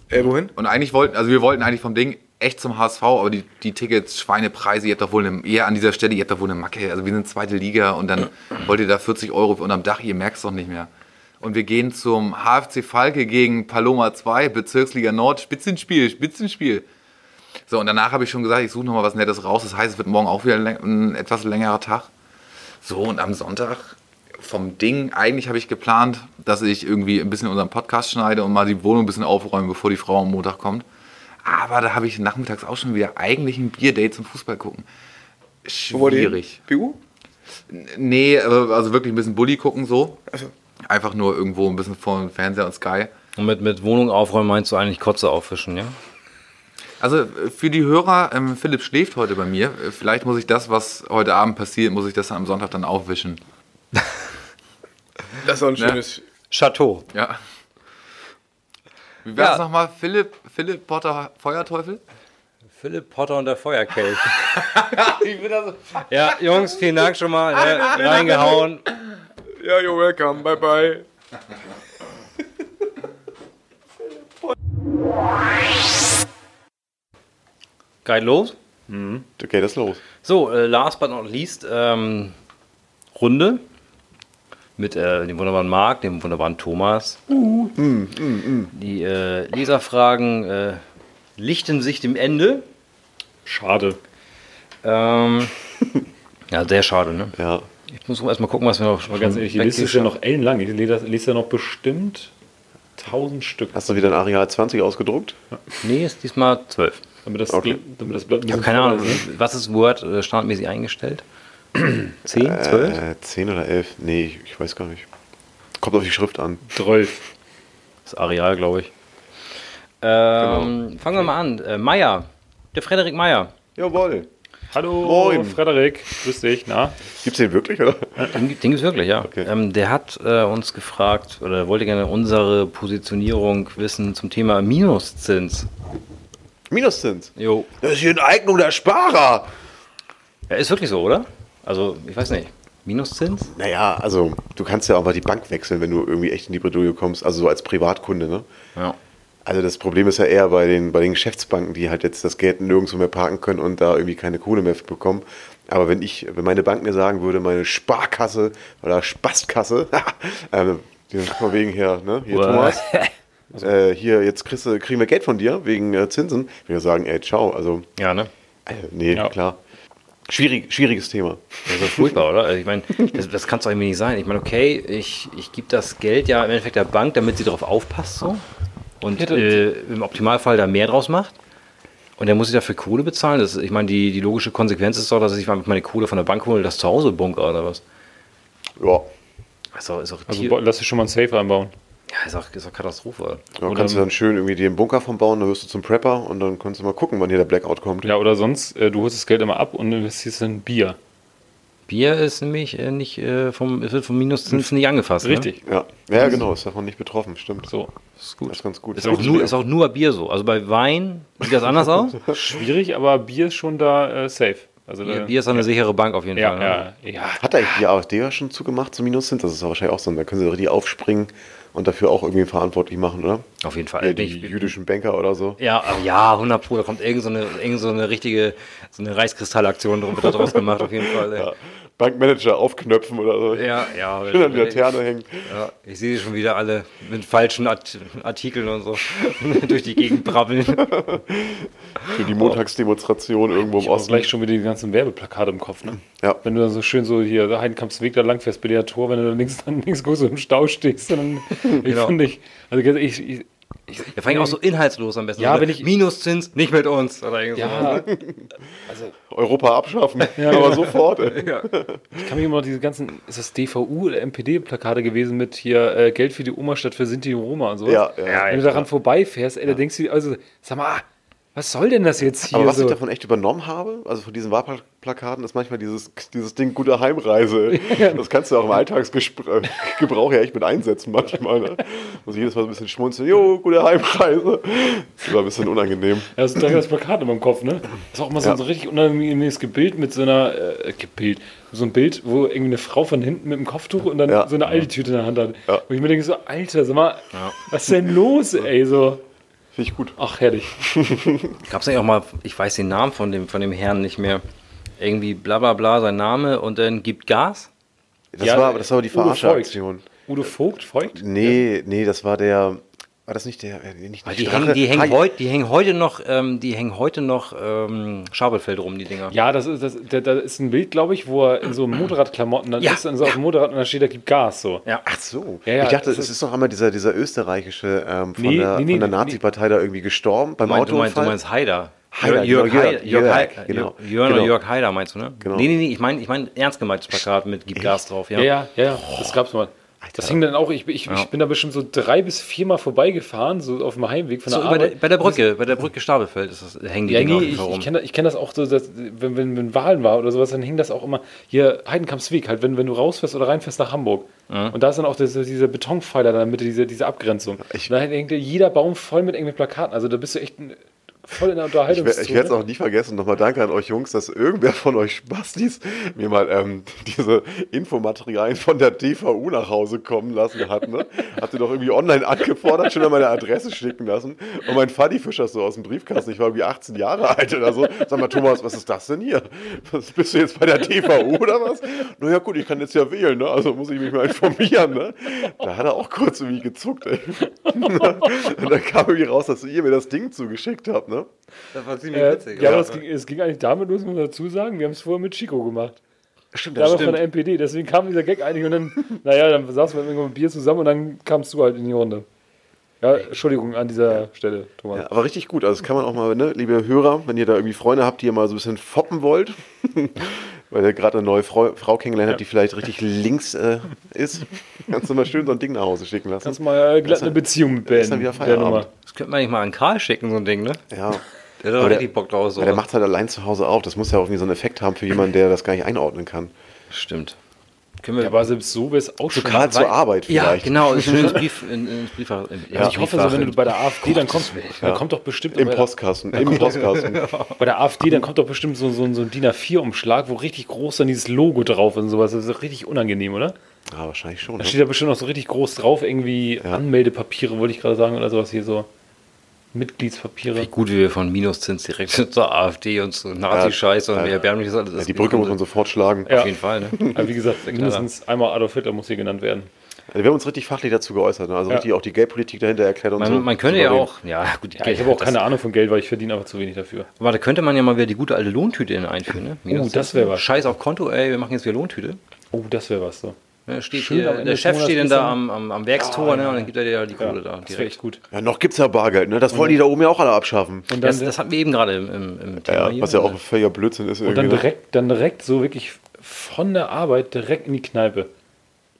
Äh, wohin? Und eigentlich wollten, also wir wollten eigentlich vom Ding echt zum HSV, aber die, die Tickets, Schweinepreise, ihr habt doch wohl eine, eher an dieser Stelle, ihr habt doch wohl eine Macke. Also wir sind zweite Liga und dann wollt ihr da 40 Euro unterm Dach, ihr merkt es doch nicht mehr. Und wir gehen zum HFC Falke gegen Paloma 2, Bezirksliga Nord, Spitzenspiel, Spitzenspiel. So, und danach habe ich schon gesagt, ich suche nochmal was Nettes raus. Das heißt, es wird morgen auch wieder läng- ein etwas längerer Tag. So, und am Sonntag vom Ding, eigentlich habe ich geplant, dass ich irgendwie ein bisschen unseren Podcast schneide und mal die Wohnung ein bisschen aufräume, bevor die Frau am Montag kommt. Aber da habe ich nachmittags auch schon wieder eigentlich ein Bierdate zum Fußball gucken. Wo wollt ihr hin? Schwierig. PU? Nee, äh, also wirklich ein bisschen Bulli gucken so. Also, Einfach nur irgendwo ein bisschen vor dem Fernseher und Sky. Und mit, mit Wohnung aufräumen meinst du eigentlich Kotze auffischen, ja? Also äh, für die Hörer, ähm, Philipp schläft heute bei mir. Äh, Vielleicht muss ich das, was heute Abend passiert, muss ich das am Sonntag dann aufwischen. das ist Ne? auch ein schönes. Chateau. Ja. Wie Ja. wär's nochmal? Philipp, Philipp Potter Feuerteufel? Philipp Potter und der Feuerkelch. ja, Jungs, vielen Dank schon mal. Ne? Reingehauen. Ja, you're welcome. Bye bye. Geil los. Okay, das los. So, äh, last but not least, ähm, Runde mit äh, dem wunderbaren Marc, dem wunderbaren Thomas. Die äh, Leserfragen äh, lichten sich dem Ende. Schade. Ähm, ja, sehr schade, ne? Ja. Ich muss erstmal gucken, was wir noch. Aber ganz ehrlich, die Liste ist ja noch ellenlang. Ich lese lese ja noch bestimmt 1000 Stück. Hast du wieder ein Areal 20 ausgedruckt? Nee, ist diesmal 12. Damit das, Okay. Bl- damit das Blatt Ich habe keine Ahnung, was ist Word äh, standardmäßig eingestellt? 10, 12? Äh, 10 oder 11? Nee, ich, ich weiß gar nicht. Kommt auf die Schrift an. 12. Das Areal, glaube ich. Genau. Ähm, Fangen wir mal an. Äh, Meier, der Frederik Meier. Jawohl. Hallo, Moin. Frederik. Grüß dich. Na? Gibt's den wirklich, oder? Den, gibt- den gibt es wirklich, ja. Ähm, der hat äh, uns gefragt oder wollte gerne unsere Positionierung wissen zum Thema Minuszins. Minuszins. Jo. Das ist hier eine Eignung der Sparer. Ja, ist wirklich so, oder? Also, ich weiß nicht. Minuszins? Naja, also du kannst ja auch mal die Bank wechseln, wenn du irgendwie echt in die Bredouille kommst, also so als Privatkunde, ne? Ja. Also das Problem ist ja eher bei den, bei den Geschäftsbanken, die halt jetzt das Geld nirgendwo mehr parken können und da irgendwie keine Kohle mehr bekommen. Aber wenn ich, wenn meine Bank mir sagen würde, meine Sparkasse oder Spastkasse, ähm, die sagt mal wegen her, ne? Hier, Thomas. Äh, hier, jetzt kriegst, du- kriegen wir Geld von dir wegen äh, Zinsen. Ich würde sagen, ey, ciao. Also, Ja, ne? äh, nee, Ja. klar. Schwierig, schwieriges Thema. Das ist doch furchtbar, oder? Also ich meine, das, das kann es doch irgendwie nicht sein. Ich meine, okay, ich, ich gebe das Geld ja im Endeffekt der Bank, damit sie darauf aufpasst so. und äh, im Optimalfall da mehr draus macht. Und dann muss ich dafür Kohle bezahlen. Das, ich meine, die, die logische Konsequenz ist doch, dass ich meine Kohle von der Bank hole und das zu Hause bunker oder was. Ja, Also ist doch, Also tier- bo- lass dich schon mal ein Safe einbauen. ja, ist doch, ist doch Katastrophe. Oder? Ja, kannst du dann schön irgendwie dir einen Bunker von bauen, dann wirst du zum Prepper und dann kannst du mal gucken, wann hier der Blackout kommt. Ja, oder sonst, äh, du holst das Geld immer ab und investierst in Bier. Bier ist nämlich äh, nicht äh, vom, es wird vom Minuszins nicht angefasst. Richtig. Ja, ja genau, ist davon nicht betroffen, stimmt. So. Ne? Ist Das gut. ist ganz gut. Ist auch, nur, ist auch nur bei Bier so. Also bei Wein sieht das anders aus. Schwierig, aber Bier ist schon da äh, safe. Also, Bier, da- Bier ist doch eine sichere Bank auf jeden ja, Fall. ne? ja, ja. Hat eigentlich die AfD ja schon zugemacht zum Minus sind? Das ist ja wahrscheinlich auch so. Da können sie richtig aufspringen und dafür auch irgendwie verantwortlich machen, oder? Auf jeden Fall. Ja, Bin die ich- jüdischen Banker oder so. Ja, aber ja, 100 Pro, da kommt irgend so eine, irgend so eine richtige so eine Reichskristallaktion drum, wird daraus gemacht, auf jeden Fall. Ey. Bankmanager aufknöpfen oder so. Ja, ja. Schön an die Laterne hängen. ja ich sehe sie schon wieder alle mit falschen Art Artikeln und so durch die Gegend brabbeln. Für die Montagsdemonstration irgendwo im Ich habe Osten. gleich schon wieder die ganzen Werbeplakate im Kopf. Ne? Ja. Wenn du dann so schön so hier ne, Heidenkampsweg da lang fährst bei der Tor, wenn du dann links dann links guckst und im Stau stehst, dann ich Genau. finde ich, also ganz ehrlich, ich, ich, Da fange ich auch so inhaltslos am besten. Ja, Also, wenn ich- Minuszins, nicht mit uns. Oder irgend ja, sowas. ich Europa abschaffen. genau. Aber sofort. Ey. kann mich immer noch diese ganzen, ist das DVU oder MPD-Plakate gewesen mit hier äh, Geld für die Oma statt für Sinti und Roma und sowas. Ja, ja. Ja, wenn du daran vorbeifährst, ey, da denkst du, dir, also sag mal, ah, was soll denn das jetzt hier Aber was so? ich davon echt übernommen habe, also von diesen Wahlplakaten, ist manchmal dieses, dieses Ding gute Heimreise. Das kannst du auch im Alltagsgebrauch ja echt mit einsetzen manchmal. Ne? Muss ich jedes Mal so ein bisschen schmunzeln. Jo, gute Heimreise. Das war ein bisschen unangenehm. Ja, das ist direkt das Plakat in meinem Kopf, ne? Das ist auch immer so Ja. ein so richtig unangenehmes Gebild mit so einer, äh, Gebild, so ein Bild, wo irgendwie eine Frau von hinten mit dem Kopftuch und dann Ja. so eine Aldi-Tüte in der Hand hat. Ja. Und ich mir denke so, Alter, sag mal, was ist denn los, ey? So, Finde ich gut. ach, herrlich. Gab es nicht auch mal, ich weiß den Namen von dem, von dem Herrn nicht mehr. Irgendwie bla bla bla sein Name und dann gibt Gas. Das, Ja, war, aber- das war aber die Udo Voigt. Verarscheraktion. Udo Vogt, Voigt? Nee, nee, das war der. War das nicht der. äh, nee, Nicht, Weil nicht Die Strache. hängen, die, hängen Hai- heut, die hängen heute noch, ähm, die hängen heute noch ähm, Schabelfeld rum, die Dinger. Ja, das ist, das, da, da ist ein Bild, glaube ich, wo er in so Motorradklamotten dann Ja. ist, dann so auf dem Motorrad und da steht, da gibt Gas, so. Ja. Ach so. Ja, ja, ich dachte, das es ist- ist noch einmal dieser, dieser österreichische ähm, von, Nee, der, nee, nee, von der nee. Nazi-Partei da irgendwie gestorben beim Du meinst, du meinst, du Autounfall. meinst Haider. Haider, Jörg, genau, Haider, Jörg, Jörg, Jörg, Haider, genau. Jörn oder Genau. Jörg Haider meinst du, ne? Genau. Nee, nee, nee, ich meine ich mein ernst gemeintes Plakat mit Gib Gas drauf, ja. Ja, ja, ja, ja. das gab's mal. Das hing dann auch, ich, ich, ich bin da bestimmt so drei bis viermal vorbeigefahren, so auf dem Heimweg von So, der genau, über Arbeit. der, bei der Brücke, bei der Brücke Stabelfeld ist das, hängen die Ja, Dinger auf nee, jeden ich, Fall ich rum. kenne ich kenn das auch so, dass, wenn, wenn, wenn Wahlen war oder sowas, dann hing das auch immer hier Heidenkampsweg, halt, wenn, wenn du rausfährst oder reinfährst nach Hamburg. Und da ist dann auch das, dieser Betonpfeiler da in der Mitte, diese, diese Abgrenzung. Ich- und da hängt jeder Baum voll mit irgendwelchen Plakaten. Also da bist du echt ein, voll in der Ich, wer- Unterhaltungszone. ich werde es auch nie vergessen. Nochmal danke an euch Jungs, dass irgendwer von euch Spaß ließ, mir mal ähm, diese Infomaterialien von der DVU nach Hause kommen lassen hat. Ne? Habt ihr doch irgendwie online angefordert, schon an meine Adresse schicken lassen. Und mein Fadi Fischer so aus dem Briefkasten. Ich war irgendwie 18 Jahre alt oder so. Sag mal, Thomas, was ist das denn hier? Was, bist du jetzt bei der DVU oder was? Naja, gut, ich kann jetzt ja wählen, ne? also muss ich mich mal informieren. Ne? Da hat er auch kurz irgendwie gezuckt. Ey. Und dann kam irgendwie raus, dass ihr mir das Ding zugeschickt habt. Ne? Das war ziemlich äh, ja, aber es ging, es ging eigentlich damit los, muss man dazu sagen, wir haben es vorher mit Chico gemacht. Stimmt, Da war von der NPD, deswegen kam dieser Gag eigentlich und dann, naja, dann saßen wir halt irgendwann mit Bier zusammen und dann kamst du halt in die Runde. Ja, Entschuldigung an dieser Stelle, Thomas. Ja, aber richtig gut. Also das kann man auch mal, ne, liebe Hörer, wenn ihr da irgendwie Freunde habt, die ihr mal so ein bisschen foppen wollt, weil ihr gerade eine neue Frau, Frau kennengelernt habt, die vielleicht richtig links äh, ist, kannst du mal schön so ein Ding nach Hause schicken lassen. Kannst mal äh, glatt eine Beziehung ist dann beenden. wieder mit Feierabend. Das könnte man nicht mal an Karl schicken, so ein Ding, ne? Ja. Der hat doch Aber der- richtig Bock drauf. So. Aber der macht halt allein zu Hause auf. Das muss ja auch irgendwie so einen Effekt haben für jemanden, der das gar nicht einordnen kann. Stimmt. Können wir, Ja, aber selbst so wäre es auch schon. Gerade zur Arbeit ja, vielleicht. genau, ist schön ins Brief, in, ins Brieffach. in- ins Also ich hoffe, Brieffach. so, wenn du bei der AfD, dann kommt, dann kommt doch bestimmt Im bei der- Postkasten. Im Postkasten. bei der AfD, dann kommt doch bestimmt so, so, so ein DIN A4-Umschlag, wo richtig groß dann dieses Logo drauf ist und sowas. Das ist doch richtig unangenehm, oder? Ja, wahrscheinlich schon. Da Ne? steht ja bestimmt noch so richtig groß drauf, irgendwie Anmeldepapiere, wollte ich gerade sagen, oder sowas hier so. Mitgliedspapiere. Wie gut wie wir von Minuszins direkt zur AfD und zu Nazi-Scheiß und Ja, wie ja. erbärmlich das alles ist. Ja, die Brücke muss man sofort schlagen. Auf Ja. jeden Fall, ne? Aber wie gesagt, mindestens einmal Adolf Hitler muss hier genannt werden. Also wir haben uns richtig fachlich dazu geäußert. Ne? Also Ja. richtig auch die Geldpolitik dahinter erklärt und so. Also, Man, man könnte ja Souverän. auch, ja gut, Ja, ich habe auch keine Ahnung von Geld, weil ich verdiene einfach zu wenig dafür. Aber da könnte man ja mal wieder die gute alte Lohntüte in einführen, ne? Minuszins. Oh, das wär was. Scheiß auf Konto, ey, wir machen jetzt wieder Lohntüte. Oh, das wäre was so. Ne, steht Schön am hier, Ende der des Chef Monats steht dann bist du- da am, am, am Werkstor, ne? Und dann gibt er dir ja die Kohle da Das wäre echt direkt. gut. Ja, noch gibt es ja Bargeld. Ne? Das wollen die Mhm. da oben ja auch alle abschaffen. Und dann, Das, das hatten wir eben gerade im, im, im Thema Ja, hier. was ja auch völliger Blödsinn ist. und dann irgendwie, ne? direkt, dann direkt so wirklich von der Arbeit direkt in die Kneipe.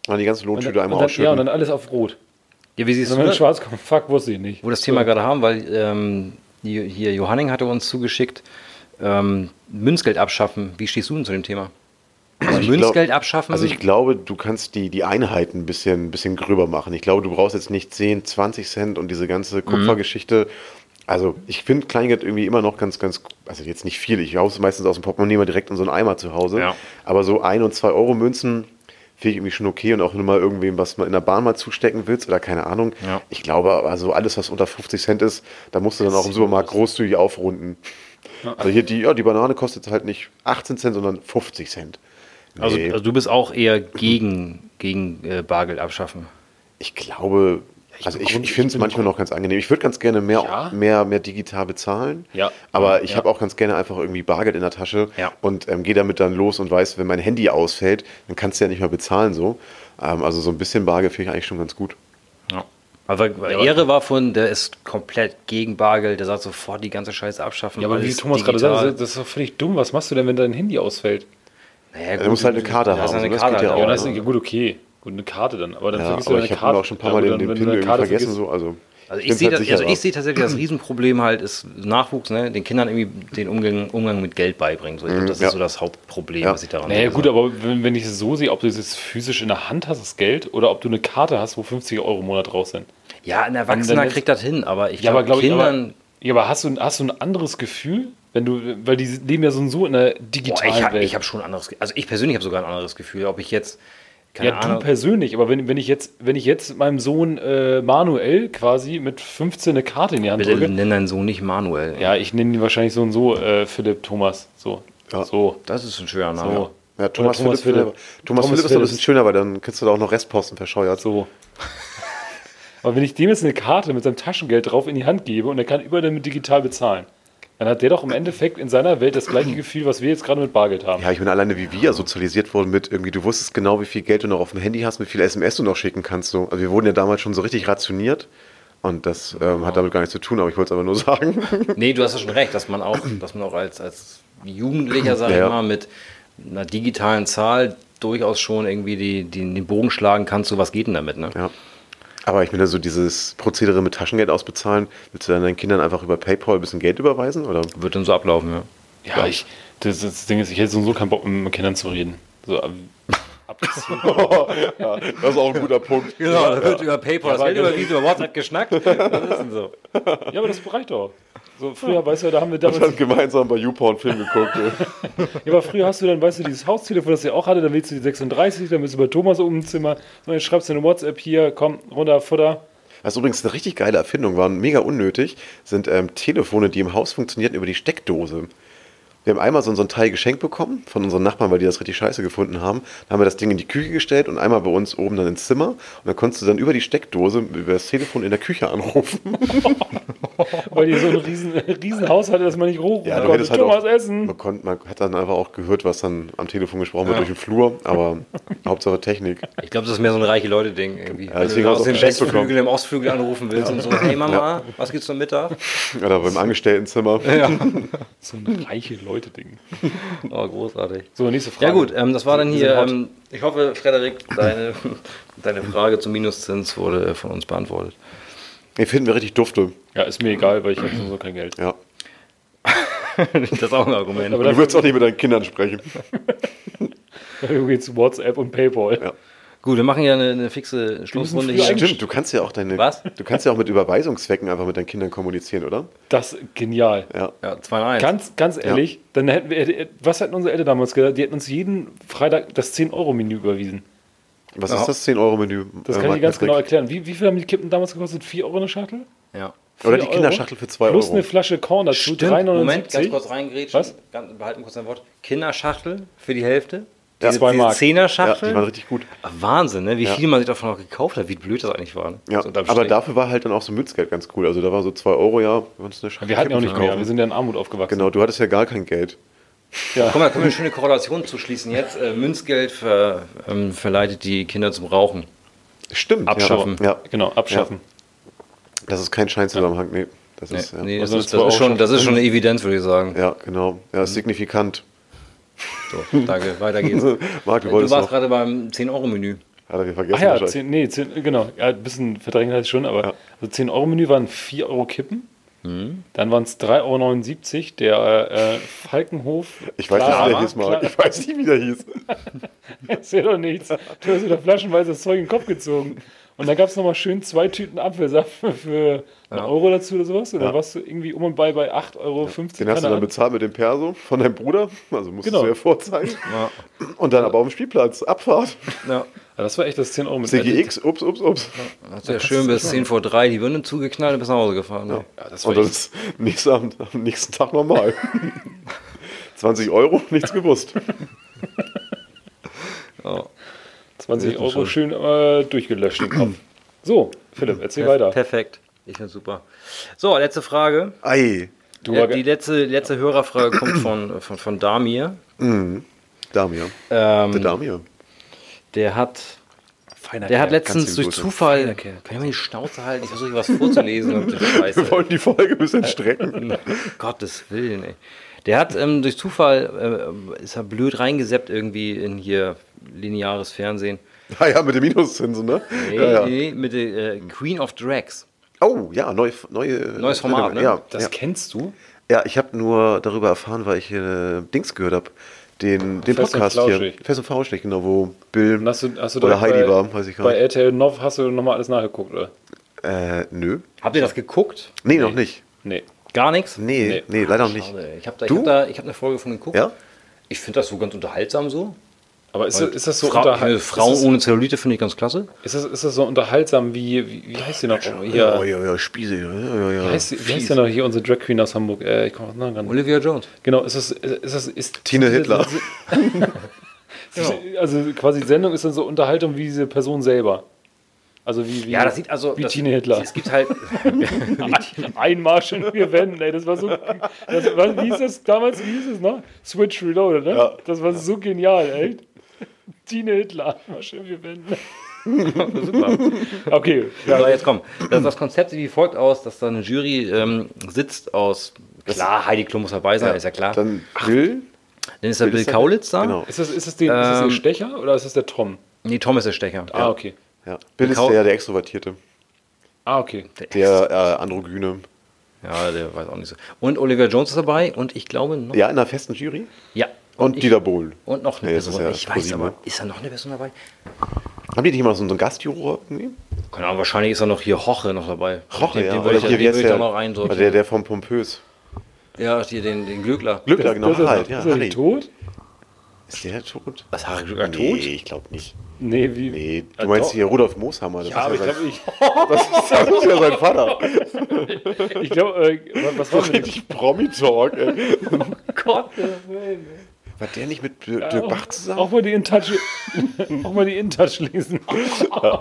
Dann die ganze Und Lohntüte dann, und einmal dann, ausschütten. ja, und dann alles auf Rot. Ja, wie siehst Und du dann, wenn das? schwarz kommt, fuck, wusste ich nicht. wo wir das Thema gerade haben, weil ähm, die- hier Johanning hatte uns zugeschickt, ähm, Münzgeld abschaffen. Wie stehst du denn zu dem Thema? Also glaub- Münzgeld abschaffen? Also ich glaube, du kannst die, die Einheiten ein bisschen, ein bisschen gröber machen. Ich glaube, du brauchst jetzt nicht 10, 20 Cent und diese Mhm. ganze Kupfergeschichte. Also ich finde Kleingeld irgendwie immer noch ganz, ganz, also jetzt nicht viel. Ich haus meistens aus dem Portemonnaie mal direkt in so einen Eimer zu Hause. Ja. Aber so 1 und 2 Euro Münzen finde ich irgendwie schon okay und auch nur mal irgendwem, was mal in der Bahn mal zustecken willst oder keine Ahnung. Ja. Ich glaube, also alles, was unter 50 Cent ist, da musst du dann auch im Supermarkt großzügig aufrunden. Also hier die, ja, die Banane kostet halt nicht 18 Cent, sondern 50 Cent. also, Nee. also du bist auch eher gegen, gegen äh, Bargeld abschaffen. Ich glaube, also ich, ich finde es manchmal noch ganz angenehm. Ich würde ganz gerne mehr, Ja. mehr, mehr digital bezahlen. Ja. Aber ich Ja. habe auch ganz gerne einfach irgendwie Bargeld in der Tasche Ja. und ähm, gehe damit dann los und weiß, wenn mein Handy ausfällt, dann kannst du ja nicht mehr bezahlen so. Ähm, also so ein bisschen Bargeld finde ich eigentlich schon ganz gut. Ja. Aber weil Ehre war von, der ist komplett gegen Bargeld, der sagt sofort die ganze Scheiße abschaffen. Ja, aber wie alles Thomas gerade digital. sagt, das ist doch völlig dumm. Was machst du denn, wenn dein Handy ausfällt? naja, Du musst halt eine Karte da ist haben. eine so, Karte halt Ja, auch, das ne? ist ja gut, okay. Gut, eine Karte dann. Aber dann ja, vergisst du aber deine ich Karte. habe auch schon ein paar Mal Ja, den, den gut, dann, PIN wenn du deine irgendwie Karte vergessen. vergisst- So. Also, Also ich find's sehe das, also sicherer. ich sehe tatsächlich das Riesenproblem halt ist Nachwuchs, ne? den Kindern irgendwie den Umgang, Umgang mit Geld beibringen. So, ich glaub, das Mhm, ja. ist so das Hauptproblem, Ja. was ich daran Naja, sehe. gut, aber wenn, wenn ich es so sehe, ob du es jetzt physisch in der Hand hast, das Geld, oder ob du eine Karte hast, wo 50 Euro im Monat raus sind. ja, ein Erwachsener Dann ist- kriegt das hin, aber ich Ja, glaube, aber glaube ich, aber, Kindern. ja, aber hast, du, ein- hast du ein anderes Gefühl, wenn du, weil die leben ja so und so in der boah, digitalen ich habe Welt. ich hab schon ein anderes, Ge- also ich persönlich habe sogar ein anderes Gefühl, ob ich jetzt, keine ja, Ahnung, du persönlich, aber wenn, wenn, ich jetzt, wenn ich jetzt meinem Sohn äh, Manuel quasi mit 15 eine Karte in die Hand bitte drücke, nenn deinen Sohn nicht Manuel. ja, ich nenne ihn wahrscheinlich so und so äh, Philipp Thomas. So. Ja. So. Das ist ein schwerer Name. So. Ah, ja, Thomas, Oder Philipp, Philipp. Thomas, Philipp ist doch ein bisschen schöner, weil dann kriegst du da auch noch Restposten verscheuert. So. Aber wenn ich dem jetzt eine Karte mit seinem Taschengeld drauf in die Hand gebe und er kann über damit digital bezahlen, dann hat der doch im Endeffekt in seiner Welt das gleiche Gefühl, was wir jetzt gerade mit Bargeld haben. Ja, ich meine, alleine wie wir sozialisiert wurden mit irgendwie, du wusstest genau, wie viel Geld du noch auf dem Handy hast, wie viel SMS du noch schicken kannst. So. Also wir wurden ja damals schon so richtig rationiert und das ähm, hat damit gar nichts zu tun, aber ich wollte es aber nur sagen. Nee, du hast ja schon recht, dass man auch, dass man auch als, als Jugendlicher, sag Ja. ich mal, mit einer digitalen Zahl durchaus schon irgendwie die, die, den Bogen schlagen kann, so was geht denn damit, ne? ja. Aber ich meine, so dieses Prozedere mit Taschengeld ausbezahlen, willst du dann deinen Kindern einfach über Paypal ein bisschen Geld überweisen? Oder? Wird dann so ablaufen, ja. Ja, ich, das, das Ding ist, ich hätte so und so keinen Bock, mit Kindern zu reden. So, ähm, abgesehen. Das ist auch ein guter Punkt. Genau, da wird über PayPal, das aber wird über Visa, über WhatsApp geschnackt. Was ist denn so? ja, aber das reicht doch. So, früher, weißt du, da haben wir Und dann damals. gemeinsam bei YouPorn Film geguckt. Ja, aber früher hast du dann, weißt du, dieses Haustelefon, das ihr auch hatte, dann willst du die 36, dann bist du bei Thomas oben im Zimmer. So, dann schreibst du eine WhatsApp hier, komm, runter, Futter. Was übrigens eine richtig geile Erfindung war, und mega unnötig, sind ähm, Telefone, die im Haus funktionierten über die Steckdose. Wir haben einmal so, so ein Teil geschenkt bekommen von unseren Nachbarn, weil die das richtig scheiße gefunden haben. Dann haben wir das Ding in die Küche gestellt und einmal bei uns oben dann ins Zimmer. Und dann konntest du dann über die Steckdose, über das Telefon in der Küche anrufen. Weil die so ein riesen, riesen Haus hatte, dass man nicht hoch du konnte. hättest halt Thomas auch- essen. Man, konnte, man hat dann einfach auch gehört, was dann am Telefon gesprochen wird durch den Flur. Aber Hauptsache Technik. Ich glaube, das ist mehr so ein reiche Leute-Ding irgendwie. Wenn deswegen du hast aus du dem auch Geschenk Westflügel, bekommen. im Ostflügel anrufen willst und so, hey Mama, was gibt's zum Mittag? Oder beim Angestelltenzimmer. So ein reiche Leute-Ding. Oh, großartig. So, nächste Frage. Ja gut, ähm, das war dann Wir hier. sind Ähm, ich hoffe, Frederik, deine, deine Frage zum Minuszins wurde von uns beantwortet. Ich finden wir richtig dufte. Ja, ist mir egal, weil ich habe so kein Geld. Ja. das ist auch ein Argument. Du Aber dafür, würdest auch nicht mit deinen Kindern sprechen. Irgendwie zu WhatsApp und Paypal. Gut, wir machen ja eine, eine fixe Schlussrunde hier. Stimmt, du kannst ja auch deine. Was? Du kannst ja auch mit Überweisungszwecken einfach mit deinen Kindern kommunizieren, oder? Das ist genial. Ja. Ja, 2 in 1. Ganz, ganz ehrlich, dann hätten wir, äh, was hätten unsere Eltern damals gesagt? Die hätten uns jeden Freitag das 10-Euro-Menü überwiesen. Was ist das Äh, 10-Euro-Menü? Das kann ich dir ganz genau erklären. Wie, wie viel haben die Kippen damals gekostet? 4 Euro eine Schachtel? ja. Oder die Vier Euro? Kinderschachtel für 2 Plus Euro. eine Flasche Korn dazu, Stimmt, Moment, 3,79. ganz kurz reingrätschen. Was? Ganz, behalten kurz dein Wort. Kinderschachtel für die Hälfte. Ja, zwei Mark. Ja, die Zehner-Schachtel. waren richtig gut. Wahnsinn, ne? wie viel man sich davon auch gekauft hat, wie blöd das eigentlich war. Ne? Ja, So unterm aber Strich. dafür war halt dann auch so Münzgeld ganz cool. Also da war so 2 Euro, ja. Wir hatten eine Schachtel Wir hatten ja auch Kippen nicht mehr, kaufen. wir sind ja in Armut aufgewachsen. Genau, du hattest ja gar kein Geld. Guck mal, da können wir eine schöne Korrelation zuschließen jetzt. Äh, Münzgeld ver, ähm, verleitet die Kinder zum Rauchen. Stimmt. Abschaffen. Ja. ja. Genau, abschaffen. Das ist kein Scheinzusammenhang, nee. Das ist, ja. Nee, das, Also ist, zwei das, Euro ist schon, das ist schon eine Evidenz, würde ich sagen. ja, genau. Ja, ist signifikant. So, danke, weiter geht's. Marc, du Du warst wolltest noch. Hat gerade beim 10-Euro-Menü. er wir vergessen Ach Ah ja, wahrscheinlich. 10, nee, 10, genau. Ja, ein bisschen verdrängt hatte ich schon, aber also 10 Euro Menü waren 4 Euro Kippen. Mhm. Dann waren es 3,79 Euro der äh, äh, Falkenhof. Ich weiß nicht, wie der hieß, Marc. Ich weiß nicht, wie der hieß. Ist ja doch nichts. Du hast wieder flaschenweise das Zeug in den Kopf gezogen. Und dann gab es nochmal schön zwei Tüten Apfelsaft für- für einen Euro dazu oder sowas. Und dann warst du irgendwie um und bei bei 8,50 Euro. Den hast du dann bezahlt mit dem Perso von deinem Bruder. Also musstest Genau. du ja vorzeigen. Und dann aber auf dem Spielplatz. Abfahrt. Ja. das war echt das 10 Euro mit CGX. Ups, ups, ups. Hast du ja schön bis 10 vor 3 die Birne zugeknallt und bist nach Hause gefahren. Ne? Und dann ist nächsten Abend, am nächsten Tag normal. 20 Euro, nichts gewusst. 20 Euro schön äh, durchgelöscht im Kopf. So, Philipp, erzähl weiter. Perfekt. Ich finde super. So, letzte Frage. Ei, Du, Äh, Marc, die letzte, letzte Hörerfrage kommt von, äh, von, von Damir. Damir. Der Ähm, Damir. der hat Der hat letztens liebe durch Grüße. Zufall. Kann ich mal die Schnauze halten? Ich versuche hier was vorzulesen. und die Scheiße. Wir wollten die Folge ein bisschen strecken. Gottes Willen, ey. Der hat ähm, durch Zufall, äh, ist er blöd reingeseppt irgendwie in hier lineares Fernsehen. Ah ja, mit den Minuszinsen, ne? Nee, ja, ja. nee, mit der äh, Queen of Drags. Oh, ja, neue, neue, Neues Format, ne? Ja, das ja. kennst du? ja ich habe nur darüber erfahren, weil ich hier äh, Dings gehört habe. Den, den Fest und Podcast hier. Flauschig. Fest und Flauschig, genau, wo Bill Und hast du, hast du oder direkt Heidi bei, war, weiß ich gar Bei nicht. RTL Nov hast du nochmal alles nachgeguckt, oder? Äh, nö. Habt ihr das geguckt? Nee, noch nicht. Nee. Gar nichts? Nee, nee, Nee. leider noch nicht. Schade. Ich habe da, ich Du? hab da ich hab eine Folge von geguckt. Ja? Ich finde das so ganz unterhaltsam so. Aber ist, das- Also ist das so Fra unterhal- äh, Frauen ist, ohne Zellulite finde ich ganz klasse. das, ist, das, ist das so unterhaltsam wie, wie, wie heißt die noch? Oh, Oh, hier. ja, ja, Spieße. Ja, ja, Wie ja. heißt, die- wie heißt denn noch hier unsere Drag Queen aus Hamburg? Äh, ich komme aus dem Olivia Jones. Genau, ist das. Ist das ist, Tine Hitler. Also quasi die Sendung ist dann so Unterhaltung wie diese Person selber. Also wie, wie, Ja, das sieht also. wie das, Tine Hitler. Es gibt halt. Einmal schon wir wenden, ey. Das war so. Das war, wie hieß das damals? Wie hieß es noch? Switch Reloaded, ne? Das war so genial, ey. Tine Hitler. Mal schön wir wenden. super. Okay. So, jetzt komm. Das, das Konzept sieht wie folgt aus, dass da eine Jury ähm, sitzt aus, klar, Heidi Klum muss dabei sein, ist ja klar. Dann, Dann Bill. ist der Bill ist er- Kaulitz da. Genau. Ist das, ist das, den, ist das der Stecher oder ist das der Tom? Nee, Tom ist der Stecher. Ah, okay. Ja. Bill ist Kau- der, der Extrovertierte. Ah, okay. Der äh, Androgyne. Ja, der weiß auch nicht so. Und Olivia Jones ist dabei und ich glaube noch. Ja, in einer festen Jury. ja. Und, ich, Dieter Bohlen. Und noch eine Nee, das Person. ist ja ich weiß ProSieben, aber, ne? ist da noch eine Person dabei? Haben die nicht immer so einen Gastjuror? Nee? Keine Ahnung, wahrscheinlich ist da noch hier Hoche noch dabei. Roche, den, ja. Den würde ich, hier, den wie heißt würde ich da der, noch Ah, reindrücken. der, der vom Pompös. Ja, hier den, den Glückler. Glückler, genau. ist, Harald, ja, ist er Harry. nicht tot? Ist der tot? Was, Harald Glückler Nee, tot? ich glaube nicht. Nee, wie? Nee, Ah, du meinst doch. hier Rudolf Mooshammer. Das Ja, aber ist ich ja sein, glaube, ich, das ist ja sein Vater. ich glaub, äh, wa- was war denn? Richtig Promi-Talk, ey. Gott, War der nicht mit Dirk Dirk Bach zusammen? auch mal die InTouch, auch mal die InTouch lesen. Oh,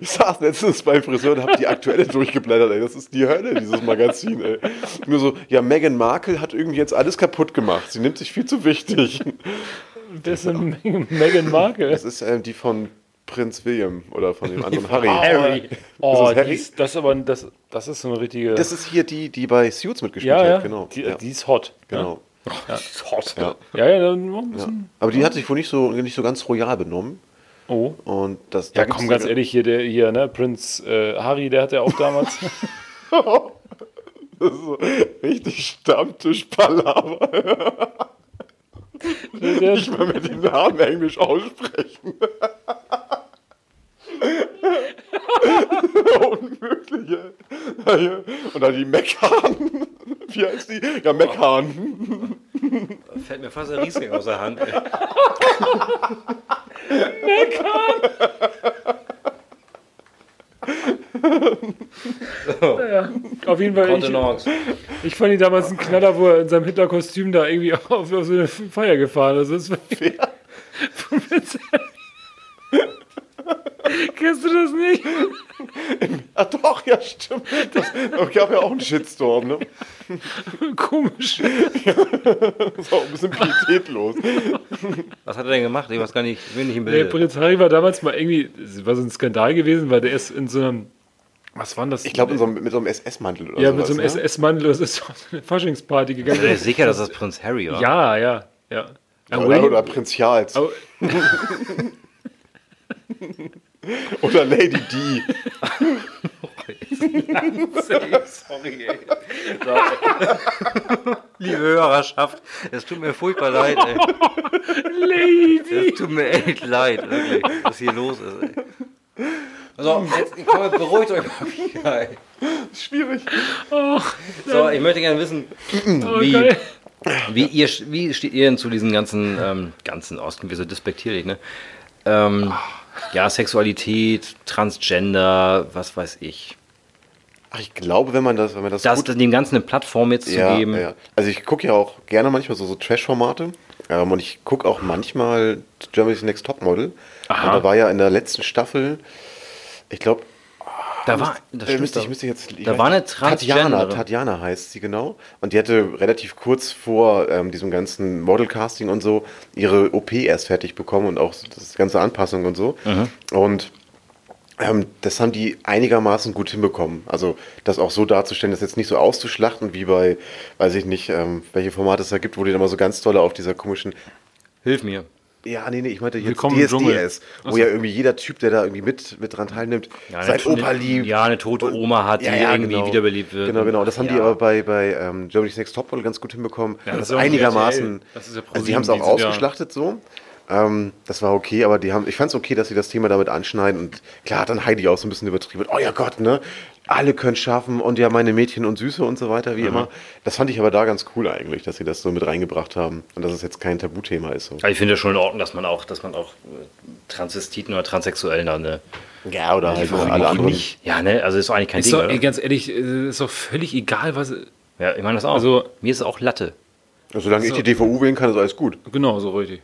Ich saß letztens beim Friseur und hab die aktuelle durchgeblättert, ey. Das ist die Hölle, dieses Magazin, ey. Nur so, ja, Meghan Markle hat irgendwie jetzt alles kaputt gemacht. Sie nimmt sich viel zu wichtig. Das ist eine Menge, Megan Marke. Das ist ähm, die von Prinz William oder von dem anderen Harry. Oh, Ist das Harry? die ist, das ist aber das, das ist so eine richtige. Das ist hier die, die bei Suits mitgespielt ja, ja, hat, genau. Die, ja, die ist hot. genau. Ja, ja, dann noch ein bisschen. Aber die hat sich wohl nicht so, nicht so ganz royal benommen. Oh. Und das, da Ja, gibt's komm, ganz sogar- ehrlich, hier, der, hier, ne, Prinz äh, Harry, der hat ja auch damals. Das ist so richtig Stammtischpalaver. der- nicht mal mit dem Namen Englisch aussprechen. Unmöglich, ey. Ja, hier. Und dann die Meckhahn. Wie heißt die? Ja, Meckhahn. Fällt mir fast ein Riesling aus der Hand. Ey. Ja. Auf jeden Fall, ich, Contenance. ich fand ihn damals ein Knaller, wo er in seinem Hitler-Kostüm da irgendwie auf, auf so eine Feier gefahren ist. Das war Kennst du das nicht? Ah, doch, ja, stimmt. Das es gab ja auch einen Shitstorm, ne? Komisch. Das war auch ein bisschen pietätlos. Was hat er denn gemacht? Ich weiß gar nicht, ich bin nicht im Der Bild. Prinz Harry war damals mal irgendwie, es war so ein Skandal gewesen, weil der ist in so einem, was war denn das? Ich glaube, so, einem- mit so einem SS-Mantel oder ja, mit sowas. so einem ne? SS-Mandel ist es auf eine Faschingsparty gegangen. Seid ihr sicher, dass das Prinz Harry war? Ja, ja, ja. Äh, Ja, Oder, oder Prinz Charles. Oh. Aber- Oder Lady D. Sorry, ey. Liebe Hörerschaft, es tut mir furchtbar leid, ey. Es tut mir echt leid, wirklich, was hier los ist, ey. So, Also, jetzt komm, beruhigt euch mal wieder, ey. Schwierig. So, ich möchte gerne wissen, wie, wie, ihr, wie steht ihr denn zu diesen ganzen, ähm, ganzen Osten, wieso despektierlich, ne? Ähm, ja, Sexualität, Transgender, was weiß ich. Ach, ich glaube, wenn man das, wenn man das, Das gut dem Ganzen eine Plattform jetzt ja, zu geben. Ja. Also ich gucke ja auch gerne manchmal so, so Trash-Formate. Ähm, und ich gucke auch manchmal Germany's Next Topmodel. Und da war ja in der letzten Staffel, ich glaube, Da war, das äh, stimmt, müsste, da- ich müsste jetzt. ich da weiß war eine nicht. Tatjana, Transgenderin. Tatjana heißt sie genau. Und die hatte relativ kurz vor ähm, diesem ganzen Modelcasting und so ihre OP erst fertig bekommen und auch das ganze Anpassung und so. Mhm. Und ähm, das haben die einigermaßen gut hinbekommen. Also das auch so darzustellen, das jetzt nicht so auszuschlachten wie bei, weiß ich nicht, ähm, welche Formate es da gibt, wo die dann mal so ganz doll auf dieser komischen Hilf mir. ja, nee, nee, ich meinte jetzt Willkommen im Dschungel. DSDS, wo ja irgendwie jeder Typ, der da irgendwie mit, mit dran teilnimmt, Ja, sein eine- Opa eine- liebt. ja, eine tote Und- Oma hat, die irgendwie wiederbelebt wird. Genau, genau. Das haben die Ja. aber bei, bei ähm, Germany's Next Topmodel ganz gut hinbekommen. das das ist ja auch einigermaßen, RTL. Das ist also ja die ProSieben, haben es auch die sind ja- ausgeschlachtet so. Ähm, das war okay, aber die haben, ich fand es okay, dass sie das Thema damit anschneiden und klar hat dann Heidi auch so ein bisschen übertrieben. Oh ja Gott, ne? Alle können schaffen und ja meine Mädchen und Süße und so weiter, wie immer. Das fand ich aber da ganz cool eigentlich, dass sie das so mit reingebracht haben und dass es jetzt kein Tabuthema ist. So. Also ich finde das schon in Ordnung, dass man auch, dass man auch äh, Transvestiten oder Transsexuellen da eine. Ja, oder halt Warum alle auch anderen. nicht? Ja, ne, also ist doch eigentlich kein Ist Ding. doch, oder? ey, ganz ehrlich, äh, ist doch völlig egal, was. ja, ich meine das auch. Also- mir ist es auch Latte. Solange ich die DVU wählen kann, ist alles gut. Genau, so richtig.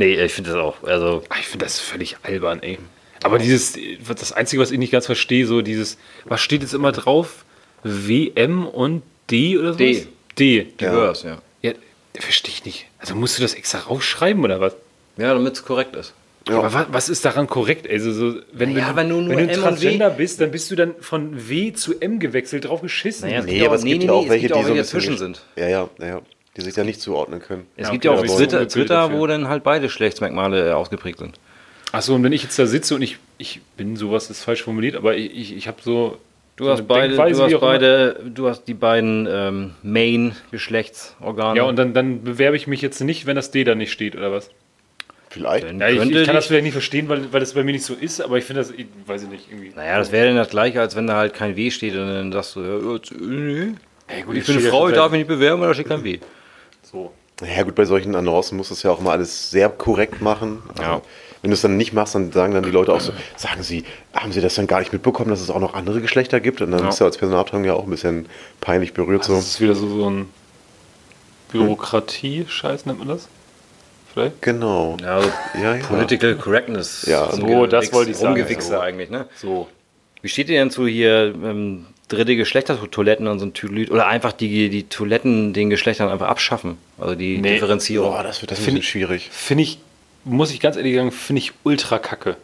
Nee, ich finde das auch. Also, Ah, Ich finde das völlig albern, ey. Aber dieses, äh, was- das Einzige, was ich nicht ganz verstehe, so dieses, was steht jetzt immer drauf? WM und D oder so? D. D. Divers, ja. Ja, verstehe ich nicht. Also musst du das extra raufschreiben oder was? Ja, damit es korrekt ist. Aber was, was ist daran korrekt? Also, so, wenn, Naja, wenn, aber nur- nur wenn du ein M und W. Transgender bist, dann bist du dann von W zu M gewechselt, drauf geschissen. Naja, es Nee, aber es gibt ja auch welche, die so ein bisschen dazwischen gesch- sind. Ja, ja, ja, ja. Die sich da nicht zuordnen können. Es Ja, gibt okay, ja auch da brauchen wir Twitter, Bilder Twitter für. wo dann halt beide Geschlechtsmerkmale äh, ausgeprägt sind. Achso, und wenn ich jetzt da sitze und ich, ich bin sowas, ist falsch formuliert, aber ich, ich, ich habe so. Du so hast eine beide, Denkweise, du hast wie auch immer. beide, du hast die beiden ähm, Main-Geschlechtsorgane. Ja, und dann, dann bewerbe ich mich jetzt nicht, wenn das D da nicht steht, oder was? Vielleicht. Dann Ja, ich, könnte ich kann das dich- vielleicht nicht verstehen, weil, weil das bei mir nicht so ist, aber ich finde das, ich weiß ich nicht, irgendwie. Naja, das wäre dann das gleiche, als wenn da halt kein W steht und dann sagst du, ja, jetzt, äh, nee. gut, ich bin eine Frau, ich darf mich nicht bewerben, weil da steht kein W. So. Ja gut, bei solchen Annoncen musst du es ja auch mal alles sehr korrekt machen. Ähm, Ja. Wenn du es dann nicht machst, dann sagen dann die Leute auch so, sagen sie, haben sie das dann gar nicht mitbekommen, dass es auch noch andere Geschlechter gibt? Und dann bist du als Personalabteilung ja auch ein bisschen peinlich berührt. So. Das ist wieder so, so ein Bürokratie-Scheiß, nennt man das? Vielleicht? Genau. Ja, also Ja, ja. Political Correctness. Ja. So, das wollte ich sagen. Rumgewichse So. eigentlich, ne? So. Wie steht ihr denn zu hier ähm, dritte Geschlechtertoiletten und so ein Tüdelüt? Oder einfach die, die Toiletten den Geschlechtern einfach abschaffen? Also die Nee. Differenzierung. Boah, das wird das ein Find- bisschen schwierig. Finde ich, muss ich ganz ehrlich sagen, finde ich ultra kacke.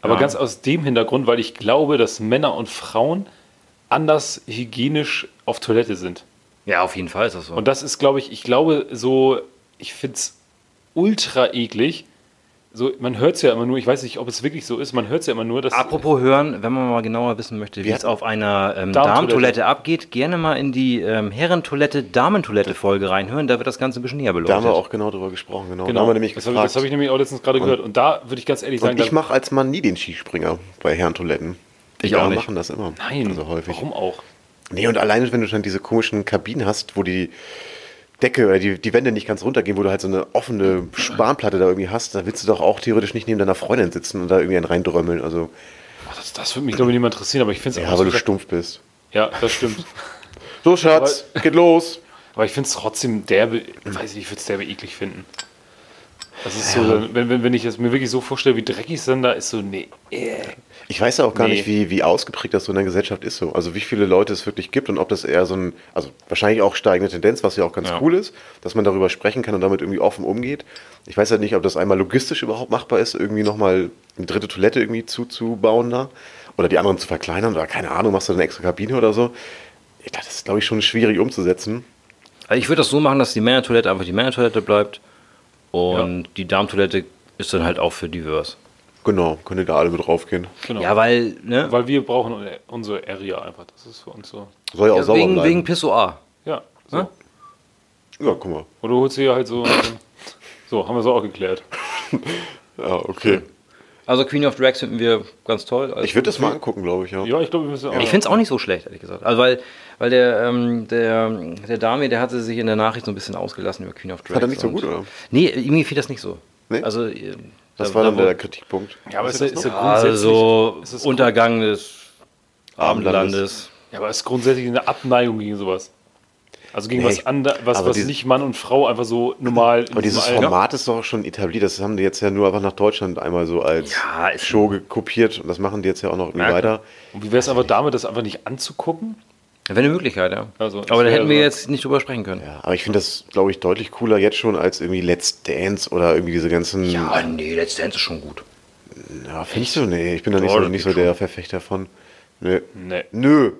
Aber ganz aus dem Hintergrund, weil ich glaube, dass Männer und Frauen anders hygienisch auf Toilette sind. ja, auf jeden Fall ist das so. Und das ist, glaube ich, ich glaube so, ich finde es ultra eklig, so, man hört es ja immer nur, ich weiß nicht, ob es wirklich so ist, man hört es ja immer nur, dass. Apropos hören, wenn man mal genauer wissen möchte, wie es auf einer ähm, Darmtoilette. Darmtoilette abgeht, gerne mal in die ähm, Herrentoilette, Damentoilette-Folge reinhören, da wird das Ganze ein bisschen näher beleuchtet. Da haben wir auch genau drüber gesprochen. Genau. Da genau, haben wir nämlich das habe ich, gefragt. das hab ich nämlich auch letztens gerade gehört. Und da würde ich ganz ehrlich sagen, und ich da- mache als Mann nie den Skispringer bei Herrentoiletten. Ich Ja, auch nicht. machen das immer. nein, Also häufig. warum auch? Nee, und alleine, wenn du dann diese komischen Kabinen hast, wo die Decke oder die, die Wände nicht ganz runtergehen, wo du halt so eine offene Spanplatte da irgendwie hast, da willst du doch auch theoretisch nicht neben deiner Freundin sitzen und da irgendwie einen reindrömmeln. Also, Ach, das, das würde mich, glaube ich, nicht mehr interessieren, aber ich finde es ja, weil du stumpf bist. Ja, das stimmt. So, Schatz, geht los. Aber ich finde es trotzdem derbe, weiß nicht, ich würde es derbe eklig finden. Das ist so, wenn, wenn, wenn ich es mir wirklich so vorstelle, wie dreckig es dann da ist, so, nee. Ich weiß ja auch gar Nee. nicht, wie, wie ausgeprägt das so in der Gesellschaft ist. So. Also wie viele Leute es wirklich gibt und ob das eher so ein, also wahrscheinlich auch steigende Tendenz, was ja auch ganz cool ist, dass man darüber sprechen kann und damit irgendwie offen umgeht. Ich weiß halt nicht, ob das einmal logistisch überhaupt machbar ist, irgendwie nochmal eine dritte Toilette irgendwie zuzubauen da oder die anderen zu verkleinern oder keine Ahnung, machst du eine extra Kabine oder so. Ja, Das ist, glaube ich, schon schwierig umzusetzen. Also ich würde das so machen, dass die Männertoilette einfach die Männertoilette bleibt und die Darmtoilette ist dann halt auch für divers. Genau, könnt ihr da alle mit raufgehen. Genau. Ja, weil, ne? Weil wir brauchen unsere- unsere Area einfach. Das ist für uns so. Soll ja auch ja, sauber wegen, wegen bleiben. Pissoir. Ja. Hm? So. ja, guck mal. Oder holst du hier halt so. ähm, So, haben wir es auch geklärt. Ja, okay. Also Queen of Drags finden wir ganz toll. Also Ich würde das mal angucken, glaube ich, ja. Ja, ich glaube, wir müssen auch. Ich finde es auch nicht so schlecht, ehrlich gesagt. Also weil, weil der, ähm, der, der Dame, der hatte sich in der Nachricht so ein bisschen ausgelassen über Queen of Drags. er nicht so und- gut, oder? Nee, mir fiel das nicht so. Nee? Also, äh, Das da- war da dann der Kritikpunkt. ja, aber es ist, ist ja grundsätzlich. Also es ist grund- Untergang des Abendlandes. ja, aber es ist grundsätzlich eine Abneigung gegen sowas. Also gegen Nee, was ich- anderes, was, aber was diese- nicht Mann und Frau einfach so normal. in Aber dieses diesem Alter- Format ist doch auch schon etabliert. Das haben die jetzt ja nur einfach nach Deutschland einmal so als Ja, ist- Show gekopiert. Und das machen die jetzt ja auch noch irgendwie Merkt weiter. Und wie wäre es aber damit, das einfach nicht anzugucken? Wäre eine Möglichkeit, ja. Also, das aber da wär hätten wir so- jetzt nicht drüber sprechen können. Ja, aber ich finde das, glaube ich, deutlich cooler jetzt schon als irgendwie Let's Dance oder irgendwie diese ganzen. Ah, nee, Let's Dance ist schon gut. Ja, findest du? Nee, ich bin da nicht Ja, so, das nicht geht so der Verfechter von. Nö. Nee. Nö.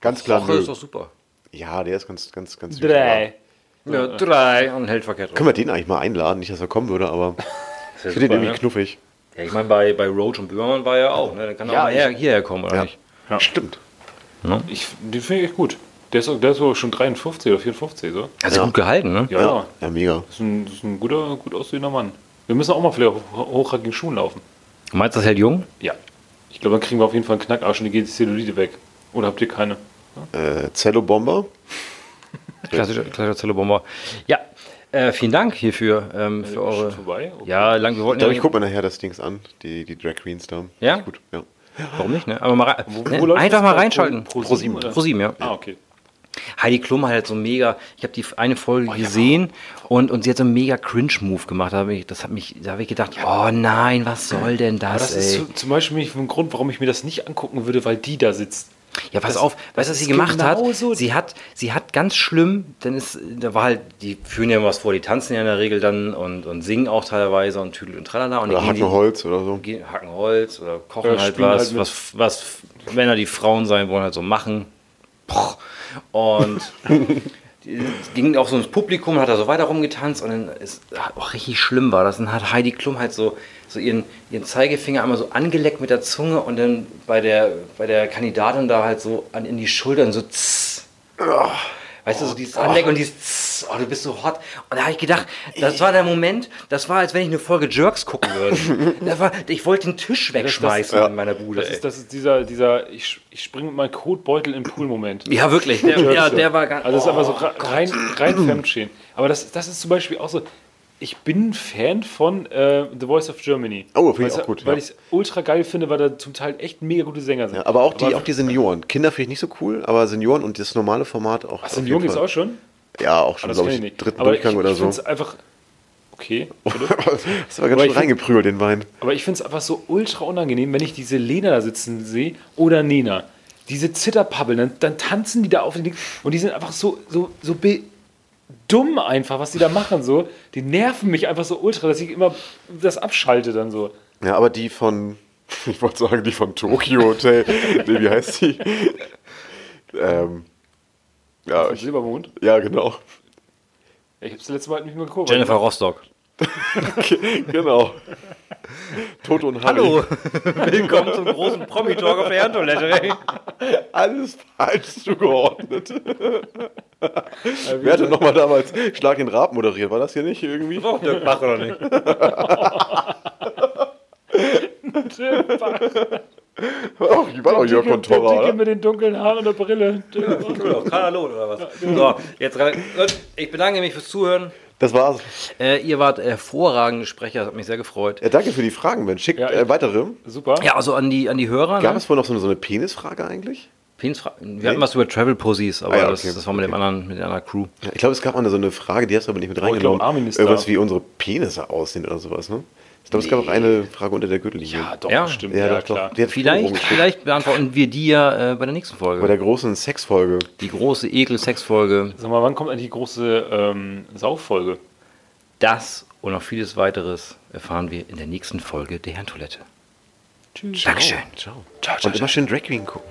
Ganz klar. Woche Nö. ist doch super. Ja, der ist ganz, ganz, ganz süß. aber- Drei. Ja, drei und hält verkehrt rum. Können wir den eigentlich mal einladen? Nicht, dass er kommen würde, aber ich finde den ne? irgendwie knuffig. Ja, ich meine, bei, bei Roach und Böhmermann war ja auch, ne? Dann kann er Ja, auch mal ich- her, hierher kommen, oder nicht? Stimmt. Ich, den finde ich echt gut. Der ist, auch- der ist auch schon 53 oder 54, so. Also gut gehalten, ne? Ja, ja. Ja, mega. Das ist ein, das ist ein guter, gut aussehender Mann. Wir müssen auch mal vielleicht hoch- hochhackigen Schuhen laufen. Meinst du, das hält jung? Ja. Ich glaube, dann kriegen wir auf jeden Fall einen Knackarsch und die geht die Zellulite weg. Oder habt ihr keine? Äh, Zello Bomber. Klassischer, klassischer Zellebomber. Ja, äh, vielen Dank hierfür, ähm, für ist schon eure... vorbei? Okay. Ja, lang, wir wollten Ich ja... glaube, ich gucke mir nachher das Dings an, die, die Drag Queens da. Ja? Ist Gut, ja. Warum nicht, ne? Aber mal rein, wo ne? läuft Einfach das? mal Bei reinschalten. Pro- ProSieben, oder? Pro 7, ja. Ah, okay. Heidi Klum hat halt so mega, ich habe die eine Oh, Folge gesehen und, und sie hat so einen mega Cringe-Move gemacht. Da habe ich, das hat mich, da habe ich gedacht, oh nein, was soll denn Aber das, das ist ey? zu- zum Beispiel mich ein Grund, warum ich mir das nicht angucken würde, weil die da sitzt. ja, pass das- auf, weißt du, was das sie ist gemacht hat? genauso- Sie hat, sie hat ganz schlimm, dann ist, da war halt, die führen ja was vor, die tanzen ja in der Regel dann und, und singen auch teilweise und tüdeln und tralala und Oder die gehen Hacken die- Holz oder so. gehen, hacken Holz oder kochen Oder halt spielen was, halt mit. was, was Männer, die Frauen sein wollen, halt so machen. Poch. Und die- es ging auch so ins Publikum, hat da so weiter rumgetanzt und dann ist auch richtig schlimm war das. Dann hat Heidi Klum halt so, so ihren, ihren Zeigefinger einmal so angeleckt mit der Zunge und dann bei der, bei der Kandidatin da halt so an, in die Schultern so tss. Weißt Oh, du, so dieses Anlecken und dieses Tss, oh, du bist so hot. Und da habe ich gedacht, das war der Moment, das war, als wenn ich eine Folge Jerks gucken würde. Das war, ich wollte den Tisch wegschmeißen in meiner Bude. Das ey. ist, das ist dieser, dieser ich, ich springe mit meinem Kotbeutel im Pool-Moment. ja, wirklich. Der, ja, der war Oh ganz. Also, das ist einfach so ra- rein, rein Fremdschämen. Aber das, das ist zum Beispiel auch so. Ich bin Fan von äh, The Voice of Germany. Oh, finde ich Weil's- auch gut, Weil ja. ich es ultra geil finde, weil da zum Teil echt mega gute Sänger sind. Ja, aber auch die, auch die Senioren. Kinder finde ich nicht so cool, aber Senioren und das normale Format auch. Ach, auf sind jeden jung jetzt Fall. auch schon? Ja, auch schon, Ah, das glaube kenn ich, nicht. dritten Aber Durchgang ich, oder ich so. find's einfach. Okay. das war ganz Aber schön ich find- reingeprügelt, den Wein. Aber ich finde es einfach so ultra unangenehm, wenn ich diese Lena da sitzen sehe oder Nena. Diese Zitterpabbeln, dann, dann tanzen die da auf den Ding und die sind einfach so, so, so be dumm einfach, was die da machen. So. Die nerven mich einfach so ultra, dass ich immer das abschalte dann so. Ja, aber die von, ich wollte sagen, die von Tokyo Hotel. nee, wie heißt die? ähm, ja, ich, Silbermond. ja, genau. Ich habe es letzte Mal halt nicht mehr geguckt. Oh, Jennifer Rostock. genau. Toto und Harry. Hallo, willkommen zum großen Promi-Talk auf der Herrentoilette. Alles falsch zugeordnet. Wer hatte nochmal damals Schlag den Rab moderiert? War das hier nicht irgendwie? Oh, Doch, Dirk Bach, oder nicht? Dirk Bach, War doch, war doch Jörg von der Torra, Dicke oder? mit den dunklen Haaren und der Brille. Dirk Bach. Oder Carla Loth oder was? So, jetzt rein. Gut, Ich bedanke mich fürs Zuhören. Das war's. Äh, ihr wart hervorragende Sprecher, das hat mich sehr gefreut. Ja, danke für die Fragen, Mensch. Schickt Ja, ich- äh, weitere. Super. Ja, also an die, an die Hörer. Gab Ne? es vorhin noch so eine, so eine Penisfrage eigentlich? Penisfragen. Wir hatten was über Travel Posies, aber Ah, ja, das, okay. das war mit dem anderen, mit der anderen Crew. Ja, ich glaube, es gab mal so eine Frage, die hast du aber nicht mit Oh, ich glaube, reingenommen. Armin ist Irgendwas da. wie unsere Penisse aussehen oder sowas, ne? Ich glaube, es gab auch eine Frage unter der Gürtellinie. Ja, doch, Ja. stimmt. Ja, Ja, doch, klar. doch. Die hat Vielleicht, rumgeschickt. vielleicht beantworten wir die ja äh, bei der nächsten Bei Folge. der großen Sexfolge. Die große Ekel-Sex-Folge. Sag mal, wann kommt eigentlich die große ähm, Sauffolge? Das und noch vieles weiteres erfahren wir in der nächsten Folge der Herrentoilette. Tschüss. Dankeschön. Ciao. Ciao, Und immer schön Drag Queen gucken.